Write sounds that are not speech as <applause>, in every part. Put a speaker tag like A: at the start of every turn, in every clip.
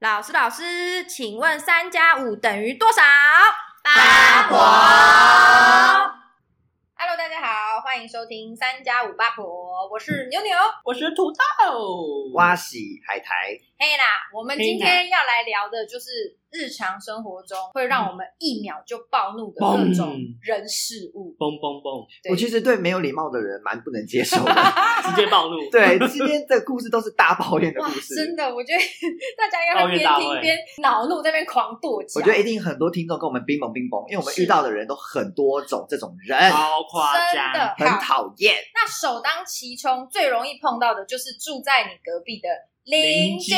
A: 老师，老师，请问三加五等于多少？
B: 八婆
A: Hello，大家好，欢迎收听三加五八婆，我是牛牛。
B: 我是土豆，
C: 挖喜海苔，
A: 嘿啦，我们今天要来聊的就是日常生活中会让我们一秒就暴怒的各种
B: 嗯
A: 人事物。
B: 嘣嘣嘣，
A: 对
C: 我其实对没有礼貌的人蛮不能接受的。 <laughs>
B: 直接暴怒。
C: 对，今天的故事都是大抱怨的
A: 哇
C: 故，事。
A: 真的，我觉得大家应该
B: 抱
A: 会
B: 怨
A: 边
B: 大
A: 听
B: 会
A: 边恼怒，在那边狂跺脚。
C: 我觉得一定很多听众跟我们冰崩冰崩，因为我们
A: 是
C: 遇到的人都很多种这种人，
B: 超夸
A: 真的
B: 张，
C: 很讨厌。
A: 那首当其冲最容易碰到的就是住在你隔壁的邻
B: 邻
A: 居
B: 居。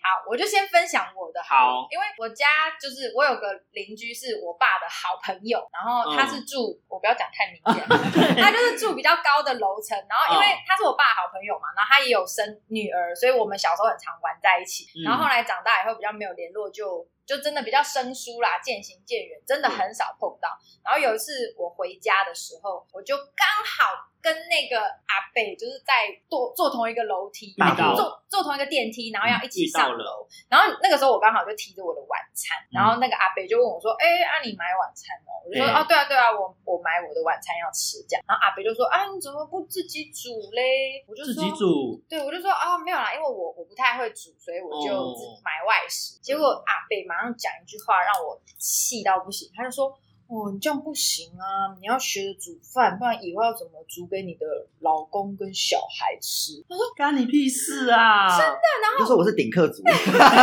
A: 好，我就先分享我的了
B: 好
A: 因为我家就是我有个邻居是我爸的好朋友，然
B: 嗯
A: 后他是住，我不要讲太明
B: <laughs>
A: 显， <laughs> 他就是住比较高的楼层，然后因为
B: 嗯
A: 他是我爸的好朋友嘛，然后他也有生女儿，所以我们小时候很常玩在一起，
B: 嗯
A: 然后后来长大以后比较没有联络就。就真的比较生疏啦，渐行渐远，真的很少碰到。然后有一次我回家的时候，我就刚好跟那个阿贝就是在坐坐同一个楼梯，
C: 遇到
A: 坐坐同一个电梯，然后要一起
B: 嗯遇到
A: 上
B: 了
A: 楼。然后那个时候我刚好就提着我的晚餐，然后那个阿贝就问我说：“哎、啊你买晚餐哦？”我就说：“
B: 嗯
A: 哦，
B: 对
A: 对啊对啊，我我买我的晚餐要吃这样。”然后阿贝就说：“啊你怎么不自己煮嘞？”我就说
B: 自己煮，
A: 对，我就说哦，没有啦，因为我我不太会煮，所以我就
B: 哦
A: 自买外食。结果阿北马上讲一句话让我气到不行，他就说：“哦，你这样不行啊，你要学着煮饭，不然以后要怎么煮给你的老公跟小孩吃？”
B: 干你屁事啊！真的，
C: 就说我是顶客族，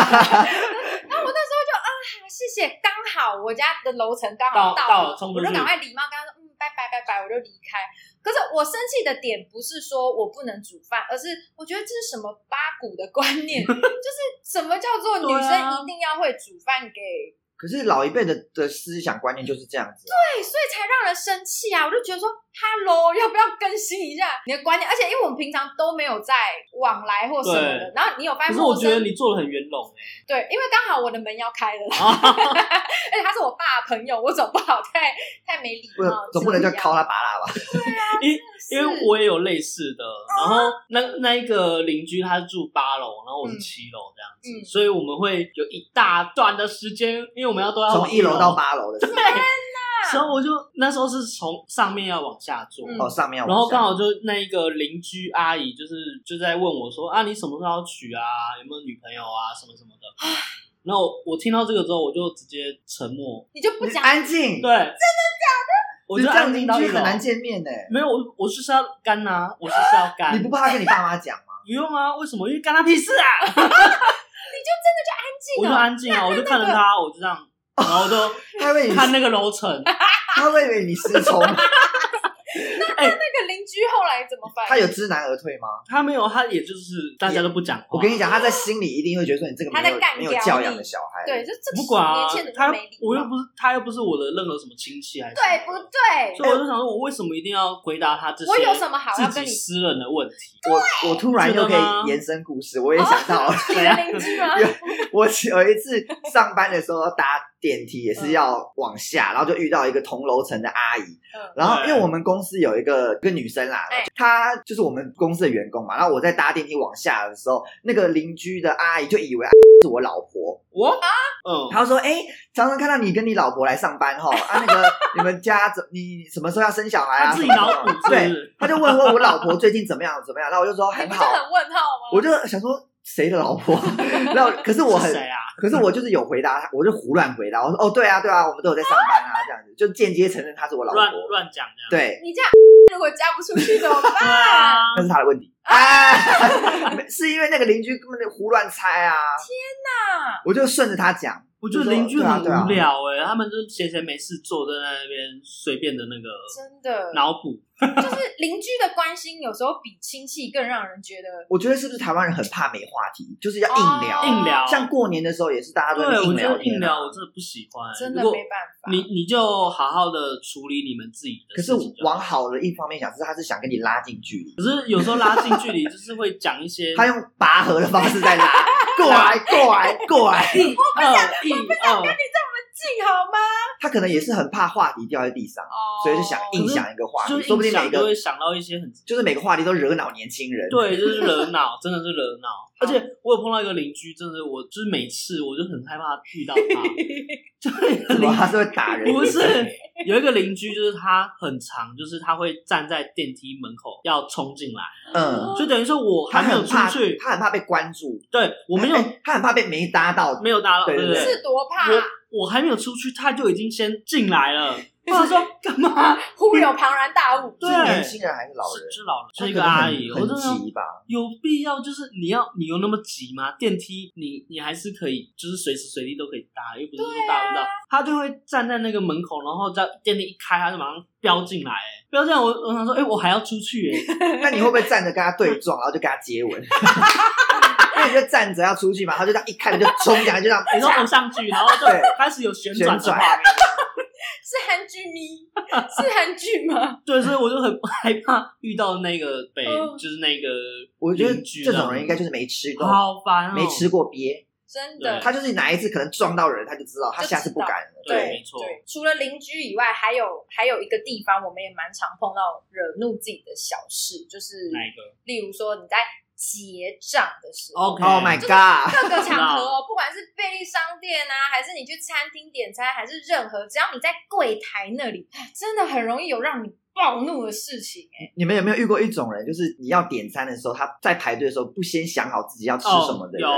A: 然后我那时候就啊，谢谢，刚好我家的楼层刚好
B: 到
A: 到
B: 到了冲
A: 我
B: 出
A: 就
B: 去
A: 赶快礼貌跟他说，嗯，拜拜拜拜，我就离开。可是我生气的点不是说我不能煮饭，而是我觉得这是什么八股的观
B: <laughs>
A: 念，就是什么叫做女
B: 对啊
A: 生一定要会煮饭给
C: 可是老一辈的的思想观念就是这样子啊、
A: 对，所以才让人生气啊！我就觉得说，Hello，要不 <laughs> 要更新一下你的观念？而且因为我们平常都没有在往来或什么的，然后你有发
B: 可
A: 现
B: 是
A: 陌
B: 我
A: 生，
B: 觉得你做的很圆融哎，
A: 对，因为刚好我的门要开了啦。
B: 啊，
A: <laughs> 而且他是我爸的朋友，我总不好太太没礼
C: 不能
B: 啊
A: 貌，啊
C: 总不能叫
A: 这样
C: 敲他拔拉吧？
B: 因为我也有类似的。
A: 啊
B: 然后那那一个邻居他是住八楼，然后我是七楼这样
A: 嗯
B: 子，
A: 嗯
B: 所以我们会有一大段的时间，因为我们要都要
C: 从
B: 往
C: 一楼到
B: 八，
C: 八楼的时候
B: 所以我就那时候是从上面要往下坐，
A: 嗯
C: 哦，上面要往
B: 然后
C: 下
B: 刚好就那一个邻居阿姨，就是就在问我说啊，你什么时候要娶啊？有没有女朋友啊？什么什么的。然后我听到这个之后，我就直接沉默。
A: 你就不讲
C: 安静
B: 对，真，的假的？我
C: 你
B: 就
C: 这样
B: 安
C: 邻
B: 静到一
C: 居
B: 楼
C: 很。难见面呢、
B: 没有，我我就是要干啊，我就是
C: <laughs>
B: 要干。
C: 你不怕跟你爸妈讲吗？
B: 不用啊？为什么？因为干他屁事啊！
A: 安
B: 我
A: 静
B: 就
A: 哦。
B: 安静啊，我就看着他，我就这样，
C: <laughs>
B: 然后我就
C: 他会以为
B: 看
C: 你，
B: 那个楼
C: <laughs>
B: 层。
C: 他会以为你失聪，
A: 那个邻居后来怎么办？
C: 他有知难而退吗？
B: 他没有，他也就是大家都不讲话。
C: 我跟你讲，他在心里一定会觉得说你这个
A: 他
C: 没
A: 在
C: 有
A: 干
C: 没有
A: 掉
C: 教
A: 你
C: 养的小孩。
A: 对，就这
B: 我不管啊
A: 年轻人，怎么
B: 他
A: 没礼貌？
B: 我又不是他又不是我的任何什么亲戚还是什
A: 对
B: 么
A: 不
B: 的
A: 对？
B: 所以我就想说，我为什么一定要回答他这些
A: 我有什么好要
B: 自
A: 跟
B: 己
A: 你？
B: 私人的问题？
C: 我我突然又可
B: 你觉得吗
C: 以延伸故事，我也想
A: <laughs>
C: 到了，
A: 你
B: 啊
A: 的邻居
C: <laughs>
A: 吗？
C: 我有一次上班的时候搭电梯也是要往下，然后就遇到一个同楼层的阿姨，
A: 嗯
C: 然后因为我们公司有一个一个女生啦
A: 哎，
C: 她就是我们公司的员工嘛，然后我在搭电梯往下的时候，那个邻居的阿姨就以为是我老婆，
B: 我啊，嗯，
C: 她说：“哎、常常看到你跟你老婆来上班哈，啊那个 <laughs> 你们家怎你什么时候要生小孩啊？
B: 他自己
C: 什么
B: 脑补是不
C: 对，
B: 是？
C: 她就问说我老婆最近怎么样怎么样，然后我就说
A: 你
C: <laughs> 很
A: 不是
C: 好，
A: <laughs> 很问号吗？
C: 我就想说谁的老婆？ <laughs> 然后可是我很
B: 是，谁啊？
C: 可是我就是有回答，我就胡乱回答，我说哦对啊对啊，我们都有在上班啊，这样子就间接承认她是我老
B: 乱
C: 婆，
B: 乱讲这样。
C: 对，
A: 你这样如果嫁不出去怎么
B: 对
A: 办？
B: 啊
C: 那，是她的问题啊，是因为那个邻居根本就胡乱猜啊，
B: 啊
A: 那
C: 我就顺着他讲，
B: 我觉得邻居很
C: 对啊
B: 无聊哎，他们就闲闲没事做，在那边随便的那个
A: <laughs> 真的
B: 脑补。
A: 就是邻居的关心，有时候比亲戚更让人觉得
C: 我觉得是不是台湾人很怕没话题，就是要硬聊，
A: 哦
B: 硬聊
C: 像过年的时候也是大家都在
B: 对，我觉
C: 聊
B: 得硬
C: 天
B: 聊
C: 啊
B: 我。真的不喜欢。
A: 真的
B: 如果
A: 没办法。
B: 你你就好好的处理你们自己的
C: 可
B: 事
C: 是
B: 情就好。
C: 往好的一方面想，是他是想跟你拉近距
B: 可
C: 离，
B: 是有时候拉近距离，就是会讲一些
C: 他用拔河的方式在拉，过来过来过来，
B: 哦二一二，
A: 近好吗？
C: 他可能也是很怕话题掉在地上，啊
A: 哦，
C: 所以就想硬想一个话
B: 就
C: 题，
B: 是
C: 说不定
B: 一想
C: 每
B: 就
C: 个
B: 会想到一些很
C: 就是每个话题都惹恼年轻人。，
B: 对，就是惹恼，真的是惹恼。
C: <laughs>
B: 而且我有碰到一个邻居，真的我就是每次我就很害怕遇到他，
C: <laughs>
B: 就是邻
C: 怎么他是会打人？
B: 不是，有一个邻居，就是他很长，就是他会站在电梯门口要冲进来，
C: 嗯，
B: 就等于说我
C: 他
B: 哦还没有
C: 很
B: 出
C: 怕，
B: 去，
C: 他很怕被关注，
B: 对我没有
C: 哎他很怕被没搭到。
B: 没有打扰，
C: 对
B: 对不
C: 对
B: 对？
A: 是多怕
B: 我我还没有出去，他就已经先进来
C: <laughs>
B: 了。我想说干嘛？
A: <laughs> 忽有庞然大物，
B: 对
C: 是年轻人还是老人
B: 是？是老人，
C: 他
B: 是一
C: 可
B: 个
C: 能
B: 阿
C: 很
B: 姨，我
C: 很
B: 真的
C: 急吧？
B: 有必要就是你要你有那么急吗？电梯你你还是可以，就是随时随地都可以搭，又不是说搭不到。他就会站在那个门口，然后在电梯一开，他就马上飙进来、哎飙进来我我想说，哎、我还要出去、哎，
C: 那你会不会站着跟他对撞，然后就跟他接吻？ <laughs> 那你就站着要出去嘛，他就这样一开门就冲进来，就这样
B: 你说偶像剧，然后就
C: 对
B: 开始有旋
C: 旋
B: 转的
C: 转
B: 话，。
A: 是韩剧迷，是韩剧吗？
B: 对，所以我就很害怕遇到那个北，
A: 嗯
B: 就是那个
C: 我觉得
B: 邻居
C: 这
B: 样
C: 种人应该就是没吃过，
B: 好烦哦，
C: 没吃过鳖，
A: 真的
B: 对，
C: 他就是哪一次可能撞到人，他就知道他下次不敢了。
B: 对，
A: 对
B: 没错，
A: 对，除了邻居以外，还有还有一个地方，我们也蛮常碰到惹怒自己的小事，就是
B: 哪一个
A: 例如说你在结账的时候。
B: ？OK，
C: Oh my
A: 就是
C: god！ <laughs>
A: 各个场
B: <laughs>
A: 合哦，不管是便利商店啊，还是你去餐厅点餐，还是任何，只要你在柜台那里，哎真的很容易有让你暴怒的事情、哎，
C: 你们有没有遇过一种人，就是你要点餐的时候，他在排队的时候不先想好自己要吃什么的人，
B: 哦、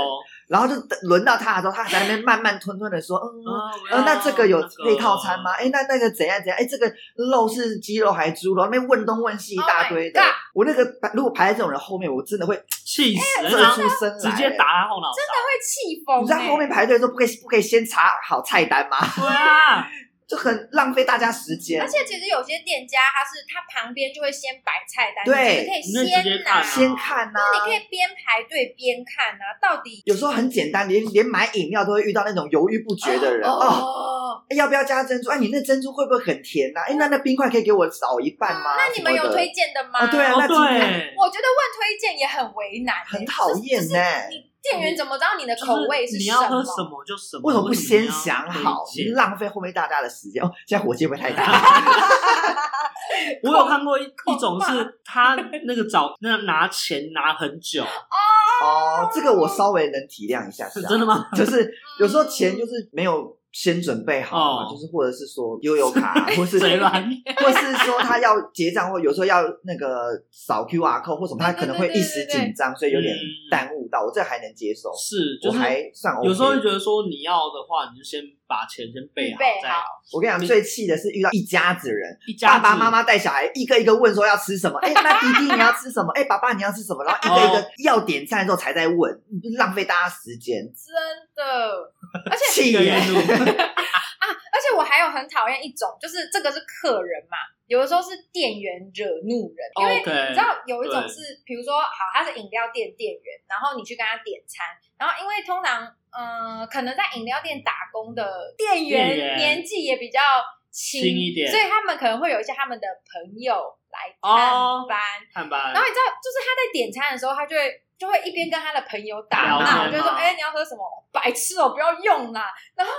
C: 然后就等轮到他的时候，他在那边慢慢吞吞的说，
B: 有
C: 嗯。
B: 啊我要
C: 呃，那这个有配套餐
B: 那个
C: 吗？哎，那那个怎样怎样？哎，这个肉是鸡肉还是猪肉？那边问东问西一大堆的
A: Oh my god。
C: 我那个如果排在这种人后面，我真的会
B: 气死
C: 折
B: 人，然后
C: 出声来，
B: 直接打他后脑勺，
A: 会气疯、
C: 你在
A: 哎
C: 后面排队的时候，不可以不可以先查好菜单吗？
A: <laughs>
B: 对啊，
C: 就很浪费大家时间
A: 而。且其实有些店家，他是他旁边就会先摆菜单，
C: 对
A: 你其
B: 你
A: 实可
B: 可
A: 以
B: 以
A: 先拿，
B: 直接看啊
C: 先看呐、
A: 你可以边排队边看啊，到底
C: 有时候很简单，连连买饮料都会遇到那种犹豫不决的人哦
A: 哦。
C: 哎要不要加珍珠？哎，你那珍珠会不会很甜呐、哎，那那冰块可以给我少一半吗？
A: 那你们
C: 什么
A: 有
C: 的
A: 推荐的吗？
C: 啊？对啊，
B: 哦
C: 那今天
B: 对，
A: 我觉得问推荐也很为难、欸，
C: 很讨厌呢、
A: 你店员怎么知道你的口味
B: 就是是你
A: 什
B: 要
A: 么？嗯
B: 喝什么就什么，
C: 为什么不
B: 你
C: 先
B: 要
C: 想好？
B: 推
C: 你
B: 荐
C: 浪费后面大家的时间。哦，现在火气会不会太 <laughs> 大？
B: 我有看过一
A: 恐
B: 一种
C: <laughs>
B: 是他那个找那拿钱拿很
A: <laughs>
B: 久，
C: 哦，这个我稍微能体谅一下下。
A: 啊
B: 是 <laughs> 真的
C: <laughs>
B: 吗？
C: 就是有时候钱就是没有先准备好嘛，
B: 哦
C: 就是或者是说悠游
B: <laughs>
C: 卡，或是
A: <laughs>
B: 嘴软，
C: 或是说他要结账，或有时候要那个扫 QR code 或什么，他可能会一时紧张，所以有点耽误到。我这还能接受，
B: 是嗯就
C: 我
B: 是
C: 还算 OK。
B: 有时候会觉得说你要的话，你就先把钱先备
A: 预备
B: 再
A: 好
C: 我跟你讲，最气的是遇到一家子人，
B: 一家
C: 爸
B: 子
C: 爸妈妈带小孩一个一个问说要
B: <laughs>
C: 吃什么，哎，那弟弟你要吃什么？哎，爸爸你要吃什么？然后
B: 哦
C: 一个一个要点餐的时候才在问，你就浪费大家时间，
A: 真的，而且
C: 气
B: 一个
C: 耶！
B: 人路
A: 而且我还有很讨厌一种，就是这个是客人嘛，有的时候是店员惹怒人，因为
B: OK
A: 你知道有一种
B: 对
A: 是，比如说好，他是饮料店店员，然后你去跟他点餐，然后因为通常嗯、呃可能在饮料店打工的店
B: 店员
A: 员年纪也比较轻
B: 轻一点
A: 所以他们可能会有一些他们的朋友来
B: 哦
A: 探班。
B: 看吧
A: 然，后你知道，就是他在点餐的时候，他就会就会一边跟他的朋友打
B: 聊
A: 闹，就
B: 天
A: 会说：“
B: 吗
A: 哎、你要喝什么？白痴哦、不要用啦！”然后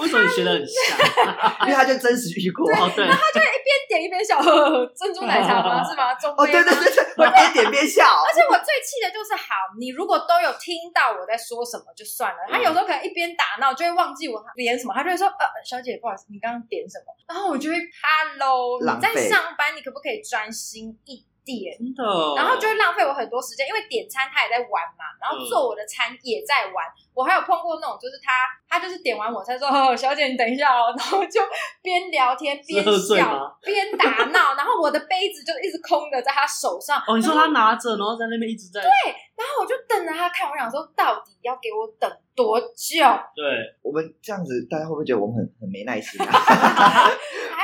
B: 为什么你学的很像？
C: <laughs>
A: <laughs>
C: 因为他就真实遇过。
B: 哦，对，
A: 边点一边笑，呵呵呵珍珠奶茶吗？是吗？中
C: 哦，
A: 杯吗
C: 对对对对，会边点边笑。 <laughs>
A: 而且我最气的就是，好，你如果都有听到我在说什么就算
B: 嗯
A: 了，他有时候可能一边打闹就会忘记我点什么，他就会说，呃，小姐不好意思，你刚刚点什么？然后我就会，Hello，
C: 浪
A: 你在
C: 费
A: 上班，你可不可以专心一点？
B: 真的。
A: 然后就会浪费我很多时间，因为点餐他也在玩嘛，
B: 嗯
A: 然后做我的餐也在玩。我还有碰过那种，就是他他就是点完我餐说：“哦，小姐你等一下哦。”然后就边聊天边
B: 是喝醉吗
A: 笑边打闹，然后我的杯子就一直空的在他手上，
B: 哦，你说他拿着，然后在那边一直在
A: 然后我就瞪着他看，我想说到底要给我等多久？
B: 对，
C: 我们这样子，大家会不会觉得我们很很没耐心啊？ <laughs>
A: 还好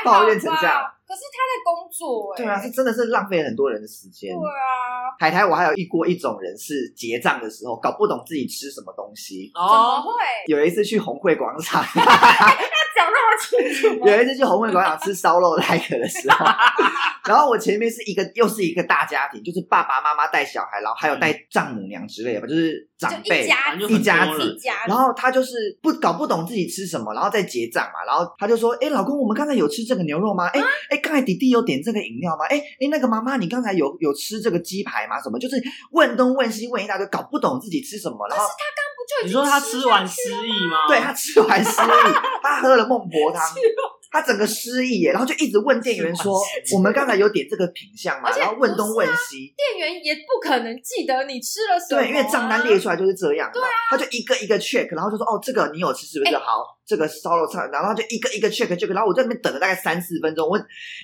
C: 抱
A: 吧，
C: 怨成这样
A: 可是他在工作哎、
C: 对啊，是真的是浪费了很多人的时间
A: 对。啊，
C: 海苔，我还有遇过一种人是结账的时候搞不懂自己吃什么东西。
A: 怎么
B: 哦，
A: 会？
C: 有一次去红会广场，
A: 讲讲那么清楚吗？
C: 有一次去红卫广场吃烧肉来客的时
A: <laughs>
C: 候，然后我前面是一个又是一个大家庭，就是爸爸妈妈带小孩，然后还有带丈母娘之类的吧，就是长
A: 嗯就一
C: 辈。
A: 家
B: 反正
A: 子
B: 就
C: 一家
B: 很多
C: 子
B: 人
A: 一。家子
C: 然，后他就是不搞不懂自己吃什么，然后再结账嘛，然后他就说：“哎、老公，我们刚才有吃这个牛肉吗？哎、
A: 啊
C: 哎，刚才弟弟有点这个饮料吗？哎哎，那个妈妈，你刚才有有吃这个鸡排吗？什么？就是问东问西问一大堆，搞不懂自己吃什么。然后
A: 不就已
B: 你
A: 经
B: 说他
A: 吃
B: 吃
A: 下
B: 完
A: 去
B: 失
A: 了吗
B: 忆吗？
C: 对他吃完失忆，他喝了孟婆汤，他整个失忆耶，然后就一直问店员说
B: 吃完失：“忆
C: 我们刚才有点这个品相嘛
A: 而？”且
C: 然后问东问西。
A: 店员也不可能记得你吃了什么啊、
C: 对，因为账单列出来就是这样，对啊，他就一个一个 check，然后就说哦，这个你有吃是不是？
A: 哎
C: 好，这个烧肉菜，然后他就一个一个 check check，然后我在那边等了大概三四分钟，我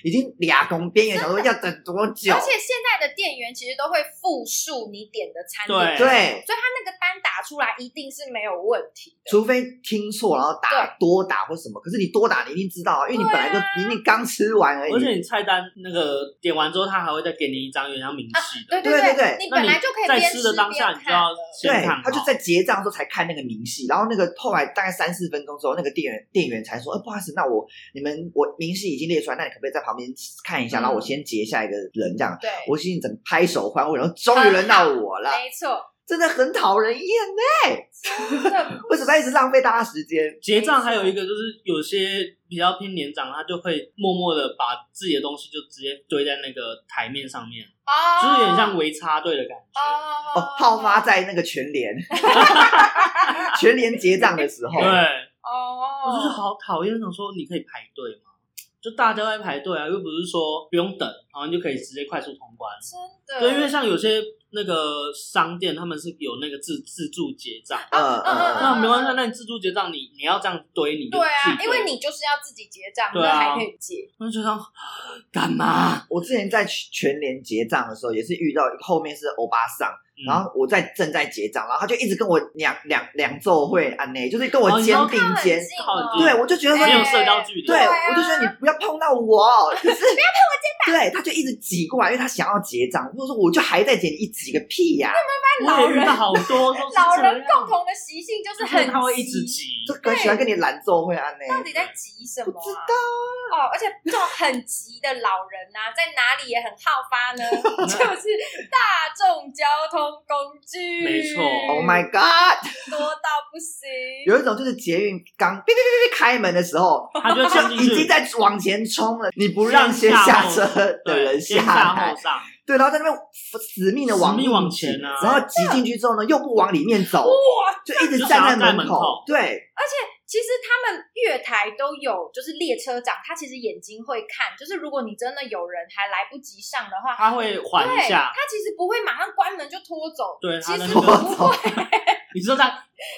C: 已经俩工边缘，想说要等多久
A: 而？且现在的店员其实都会复述你点的餐点，
B: 对
C: 对，
A: 所以他那个单打出来一定是没有问题的。
C: 除非听错，然后打多打或什么，可是你多打你一定知道啊，因为你本来就你你刚吃完而已
B: 而，且你菜单那个点完之后，他还会再给你一张有点像明细的。
A: 啊对对
C: 对对对
A: 你
B: 那
A: 本
B: 你
A: 来就可以
B: 在
A: 边
B: 吃的当下，
A: 边
B: 你就
A: 看
B: 要
A: 了
B: 先
C: 对
B: 看好，
C: 他就在结账的时候才看那个明细，然后那个后来大概三四分钟之后，那个店员店员才说，呃，不好意思，那我你们我明细已经列出来，那你可不可以在旁边看一下，
A: 嗯
C: 然后我先结下一个人这样？
A: 对，
C: 我心里整个拍手欢呼，然后终于
B: <laughs>
C: 轮到我了，
A: 没错，
C: 真的很讨人厌呢、
A: 真的
C: 为什么要一直浪费大家时间？
B: 结账还有一个就是有些比较偏年长，他就会默默的把自己的东西就直接堆在那个台面上面，
A: 哦，
B: 就是有点像围插队的感觉。
A: 哦，
C: 哦，好发在那个全联， <laughs> 全联结账的时候，
B: 对，我就是
A: 哦，
B: 好讨厌，想说你可以排队吗？就大家都在排队啊，又不是说不用等，然后你就可以直接快速通关。
A: 真的，
B: 对，因为像有些那个商店，他们是有那个自自助结账，
A: 哦
C: 嗯嗯
B: 那
C: 嗯，
B: 没关系，啊那你自助结账，你你要这样堆，你就
A: 对
B: 自己
A: 啊，
B: 堆
A: 因为你就是要自己结账，
B: 对
A: 那
B: 啊
A: 还可以结，
B: 我就觉得干嘛？
C: 我之前在全联结账的时候，也是遇到后面是欧巴桑，
B: 嗯
C: 然后我在正在结账，然后他就一直跟我两两两奏会啊，那就是跟
B: 哦
C: 我
B: 你
C: 肩
B: 要
C: 并
A: 靠很
C: 肩，
A: 近
B: 靠很哎
A: 哦
B: 近
C: 对我就觉得说
B: 没
C: 你
B: 有社交距离，
C: 对，
A: 对啊
C: 我就说你不要碰到我，哦可是不要碰我肩膀。对，他就一直挤过来，因为他想要结账。我说我就还在结，你挤个屁呀、
B: 我也遇到好多都是
A: 老
B: 这样
A: 人共同的习性就是
B: 就是
A: 很
B: 他会一直
A: 急
B: 挤，
C: 就跟喜欢跟你懒做会安
A: 到
C: 呢。
A: 底在急什么、啊？
C: 不知啊
A: 道哦，而且这种很急的老人呐、在哪里也很好发
C: <laughs>
A: 呢，就是大众交通工具，
B: 没错
C: Oh my god！
A: 多到不行。
C: 有一种就是捷运刚哔哔哔哔开门的时候，
B: 他就冲
C: 就
B: 进去，
C: 已经在往前冲了，你不让先下车的
B: 对
C: 人
B: 先
C: 下
B: 下
C: 来
B: 后，上，
C: 对，然后在那边死命的往
B: 死
C: 里
B: 命往
C: 挤
B: 前啊
C: 然后挤进去之后呢，又不往里面走，就一直
B: 就想要
C: 站
B: 在
C: 在
B: 门
C: 门
B: 口
C: 口，对，
A: 而且其实他们月台都有，就是列车长，他其实眼睛会看，就是如果你真的有人还来不及上的话，
B: 他会缓一
A: 对
B: 下
A: 他，其实不会马上关门就拖走，
B: 对
A: 其
B: 他那
A: 实
B: 个
A: 不会。
B: 你知道他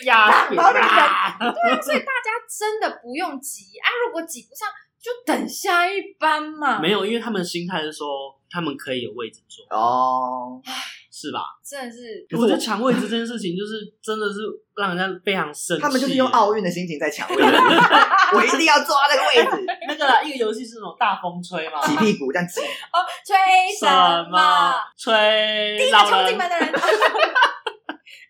B: 压扁
C: 然后那个
B: 啊，
A: 对啊，所以大家真的不用急啊，如果挤不上就等下一班嘛。
B: 没有，因为他们的心态是说他们可以有位置坐，
C: 哦，
B: 是吧？
A: 真的是
C: 可是
B: 我觉得
C: 我
B: 抢位置这件事情，就是真的是让人家非常生气。
C: 他们就是用奥运的心情在抢位置， <laughs> 我一定要抓那个位
B: <laughs>
C: 置，
B: 那个啦一个游戏是那种大风吹嘛，
C: 挤屁股这样挤。
A: 哦，吹
B: 什
A: 么
B: 么？吹
A: 第一个
B: 老
A: 冲进
B: 人
A: 门的
B: <laughs>
A: 人。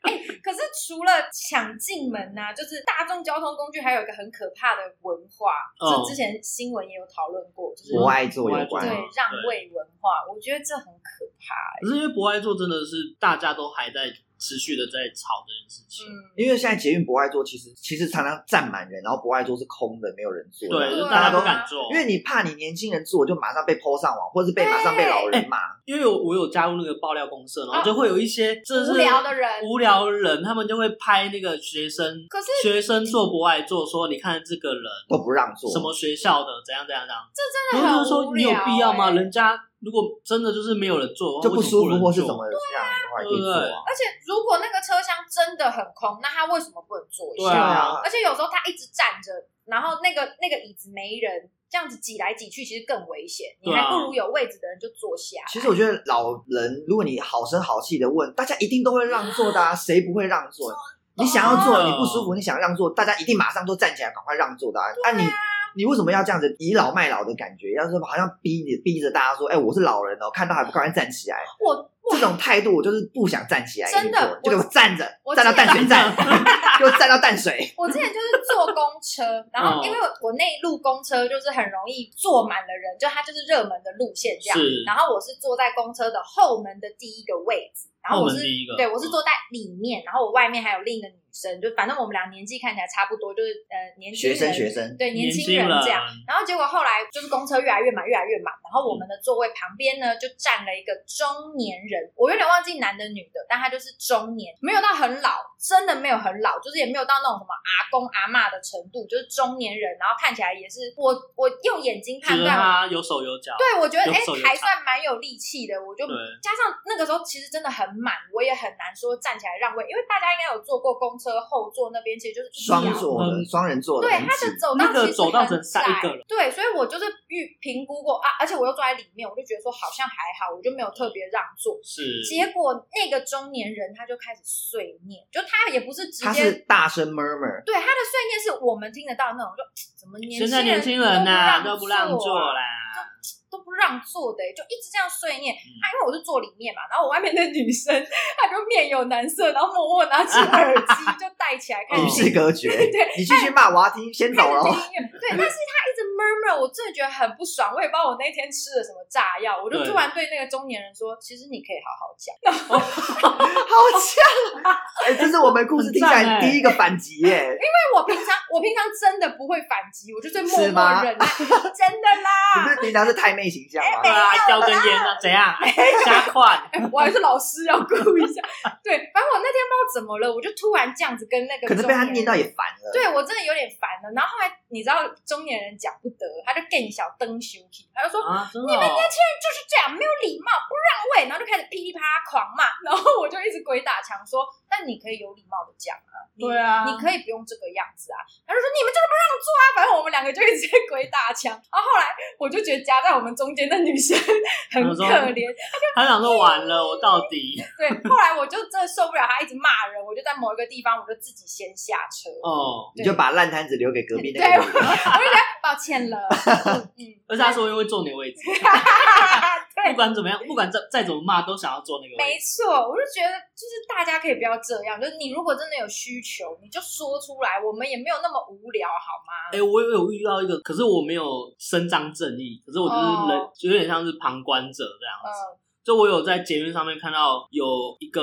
A: 哎、可是除了抢进门呐、就是大众交通工具还有一个很可怕的文化，
B: 哦
A: 是之前新闻也有讨论过，就是
C: 我爱做有
B: 我
C: 关
A: 对
B: 爱，
A: 让位文化，我觉得这很可怕、欸
B: 可是因为博爱座真的是大家都还在持续的在吵这件事情，
A: 嗯，
C: 因为现在捷运不爱做，其实其实常常站满人，然后不爱做是空的，没有人做，
B: 对，
C: 就
B: 就
A: 啊
B: 大家
C: 都
B: 不敢做，
C: 因为你怕你年轻人做，就马上被泼上网，或是被马上被老人骂。
B: 因为我我有加入那个爆料公社，然后就会有一些真是
A: 无聊的人
B: 啊无聊的人，他们就会拍那个学生，
A: 可是
B: 学生做博爱座，说你看这个人
C: 都不让做
B: 什么学校的，怎样怎样怎样，
A: 真的
B: 然后
A: 很
B: 就说
A: 无
B: 你有
A: 聊、
B: 必要吗？
A: 哎
B: 人家如果真的就是没有人做，
C: 就不舒服或
B: 为
C: 是
B: 什
C: 什
B: 么
C: 么样的话，也可以做啊。
A: 而且如果那个车厢真的很空，那他为什么不能坐一
B: 不能做？
A: 下？
B: 对
C: 对
B: 啊，
C: 啊，
A: 而且有时候他一直站着，然后那个那个椅子没人，这样子挤来挤去，其实更危险。你
B: 对啊
A: 还不如有位置的人就坐下来。
C: 其实我觉得老人，如果你好声好气的问，大家一定都会让座的啊，谁不会让座？你想
A: 啊
C: 要
B: 真
C: 坐，
B: 的
C: 你不舒服，你想让座，大家一定马上都站起来，赶快让座的啊！啊你你为什么要这样子倚老卖老的感觉？要是好像逼你逼着大家说，哎、我是老人哦，看到还不赶快站起来？
A: 我
C: 这种态度，我就是不想站起来，
A: 真的
C: 一定做就给我站着
A: 我，
C: 站到
A: 记得
C: <laughs> 淡水站，又站到淡水，
A: 我之前就是坐公车，然
B: 嗯
A: 后因为我那一路公车就是很容易坐满了人，就它就是热门的路线这样。
B: 是
A: 然后我是坐在公车的后门的第一个位置，然后我
B: 后
A: 是
B: 门第一个嗯
A: 对我是坐在里面，然后我外面还有另一个女生，就反正我们俩年纪看起来差不多，就是呃年轻
C: 学
A: 人
C: 生学生，
A: 对年轻人
B: 了
A: 这样。然后结果后来就是公车越来越满，越来越满。然
B: 嗯
A: 后我们的座位旁边呢，就站了一个中年人，我有点忘记男的女的，但他就是中年，没有到很老，真的没有很老，就是也没有到那种什么阿公阿妈的程度，就是中年人。然后看起来也是我我用眼睛
B: 觉
A: 判
B: 得
A: 断，
B: 他有手有脚，
A: 对我觉得
B: 有
A: 哎
B: 手有
A: 还
B: 脚
A: 算蛮有力气的，我就
B: 对
A: 加上那个时候其实真的很满，我也很难说站起来让位，因为大家应该有坐过公车后座那边，其实就是一
C: 双
A: 条
C: 座的
B: 嗯
C: 双人座的
A: 对，
C: 很
A: 它的
C: 挤，
A: 走道
B: 那
A: 其实很
B: 个走道只能塞一
A: 窄
B: 个人
A: 对，所以我就是预评估过啊，而且我又坐在里面，我就觉得说好像还好，我就没有特别让座。
B: 是
A: 结果那个中年人他就开始碎念，就他也不是直
C: 他
A: 接
C: 是大声 murmur，
A: 对他的碎念是我们听得到那种，就怎么年
B: 现在年轻人
A: 人
B: 呐
A: 都
B: 都不让
A: 座
B: 座
A: 啊
B: 啦，
A: 都不让座的欸、就一直这样碎念。
C: 嗯
A: 他、因为我是坐里面嘛，然后我外面的女生她就面有难色，然后默默拿起耳
C: <laughs>
A: 机就戴起来开始
C: 与
B: 嗯
C: 世隔绝。
A: 哎对哎
C: 你继续骂，我要听，先走
A: 开始
C: 了。哦
A: 听音乐，对，但是他一直 murmur，我真的觉得很不爽。我也不知道我那天吃了什么炸药，我就
B: 对
A: 突然对那个中年人说：“其实你可以好好讲。 <laughs>
C: 好呛！
B: 啊
C: <laughs> 哎、这是我们故事听下
B: 很赞
C: 来
B: 哎
C: 第一个反击
B: <laughs>
C: 耶、”
A: 因为我平常我平常真的不会反击，我就是默
C: 是吗
A: 默忍耐， <laughs> 真的
B: 啊
C: 你不
A: 啦。
C: 是平常是太妹形象吗？
B: 对啊，叼根烟
A: <laughs>
B: 啊，怎样？加快，
A: 哎我还是老师要顾一下， <laughs> 对，反正我那天不知道怎么了，我就突然这样子跟那个
C: 可
A: 中年
C: 是被
A: 人
C: 他念到也烦了。
A: 对我真的有点烦了。然后后来你知道中年人讲不得，他就更小灯羞气，他就说：“
B: 啊，真
A: 你
B: 的
A: 们
B: 哦
A: 年轻人就是这样，没有礼貌，不让位，然后就开始噼里啪啦狂骂， <laughs> 然后我就一直鬼打墙说，但你可以有礼貌的讲啊，你
B: 对啊，
A: 你可以不用这个样子啊。他就说你们就是不让座啊，反正我们两个就一直在鬼打墙。然后后来我就觉得夹在我们中间的女生很
B: 我
A: 可
B: 说
A: 怜，
B: 他想说完了，我到底
A: 对。后来我就真的受不了她一直骂人，我就在某一个地方我就自己先下车。
B: 哦，
C: 你就把烂摊子留给隔壁
A: 对，
C: 那
A: 我 <laughs> 我
C: 个人。
A: 就觉得抱歉了，嗯，嗯
B: <laughs> 而且他说因为坐你的位置，不
A: <laughs> 对，
B: 管怎么样，不管再再怎么骂，都想要坐那个位
A: 没
B: 置。
A: 错，我就觉得就是大家可以不要这样，就是你如果真的有需求，你就说出来，我们也没有那么无聊，好吗？
B: 哎、我有遇到一个，可是我没有伸张正义，可是我就是人，
A: 哦
B: 有点像是旁观者这样子。
A: 嗯
B: 就我有在捷运上面看到有一个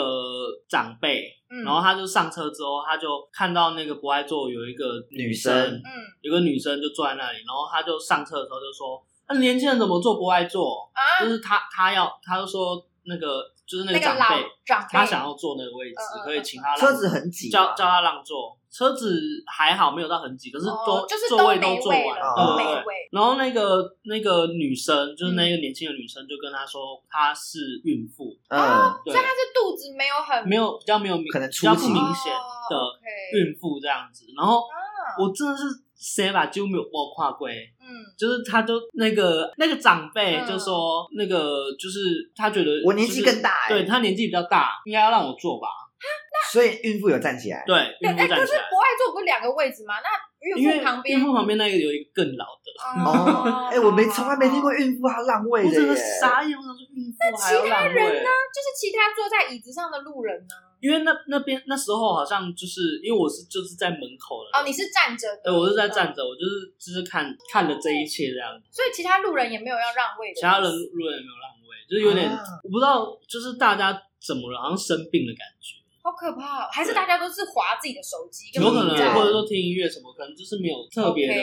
B: 长辈，
A: 嗯，
B: 然后他就上车之后，他就看到那个不爱坐有一个女
C: 女生
A: 嗯
B: 有个女生就坐在那里，然后他就上车的时候就说：“那、年轻人怎么坐不爱坐？”
A: 啊，
B: 就是他他要他就说那个就是那
A: 那
B: 个
A: 个
B: 长
A: 老
B: 辈，
A: 长辈，
B: 他想要坐那个位置，
A: 嗯嗯嗯
B: 可以请他让
C: 车子很挤
B: 叫
C: 嘛，
B: 叫他让座，车子还好没有到很挤，可是都、
A: 哦就是
B: 座位
A: 没
B: 都坐
A: 位
B: 完
A: 了，
B: 对
A: 都
C: 哦
B: 对对
A: 没。位，
B: 然后那个那个女生，就是
A: 嗯
B: 那个年轻的女生，就跟他说她是孕妇，
C: 嗯，
A: 哦所
B: 对
A: 以他是肚子没有很哦
B: 没有比较没有明
C: 可能
B: 比较
C: 初
B: 不
C: 期
B: 明显的孕妇这样子。然后
A: 啊
B: 我真的是谁把几乎没有我跨过，欸
A: 嗯，
B: 就是他就那个那个长辈
A: 嗯
B: 就说、那个就是他觉得
C: 我年纪
B: 就是
C: 更大哎
B: 对他年纪比较大，应该要让我坐吧？
C: 所以孕妇有站起来。
B: 对，
A: 对，
B: 孕妇
A: 哎，
B: 站
A: 可
B: 起
A: 是
B: 来。
A: 国外坐不是两个位置吗？那
B: 因
A: 孕
B: 为
A: 妇旁边
B: 孕，妇旁边那个有一个更老的，
C: 哦，哎、我没从来没听过
A: 哦
C: 孕妇她让位
B: 我
C: 的
B: 真
C: 耶
B: 的。傻眼，我想说孕妇还要
A: 其他
B: 让位
A: 人呢？就是其他坐在椅子上的路人呢？
B: 因为那那边那时候好像就是因为我是就是在门口了，
A: 哦，你是站着的，
B: 对，呃我是在
A: 嗯
B: 站着，我就是就是看看了这一切这样子，
A: 所以其他路人也没有要让位的意思，
B: 其他人路人也没有让位，就是有点、
C: 啊
B: 我不知道，就是大家怎么了，好像生病的感觉，
A: 好可怕、哦！还是大家都是划自己的手机，
C: 对
A: 根
B: 有
A: 本不
B: 可能
A: 在
B: 或者说听音乐什么，可能就是没有特别的
A: OK，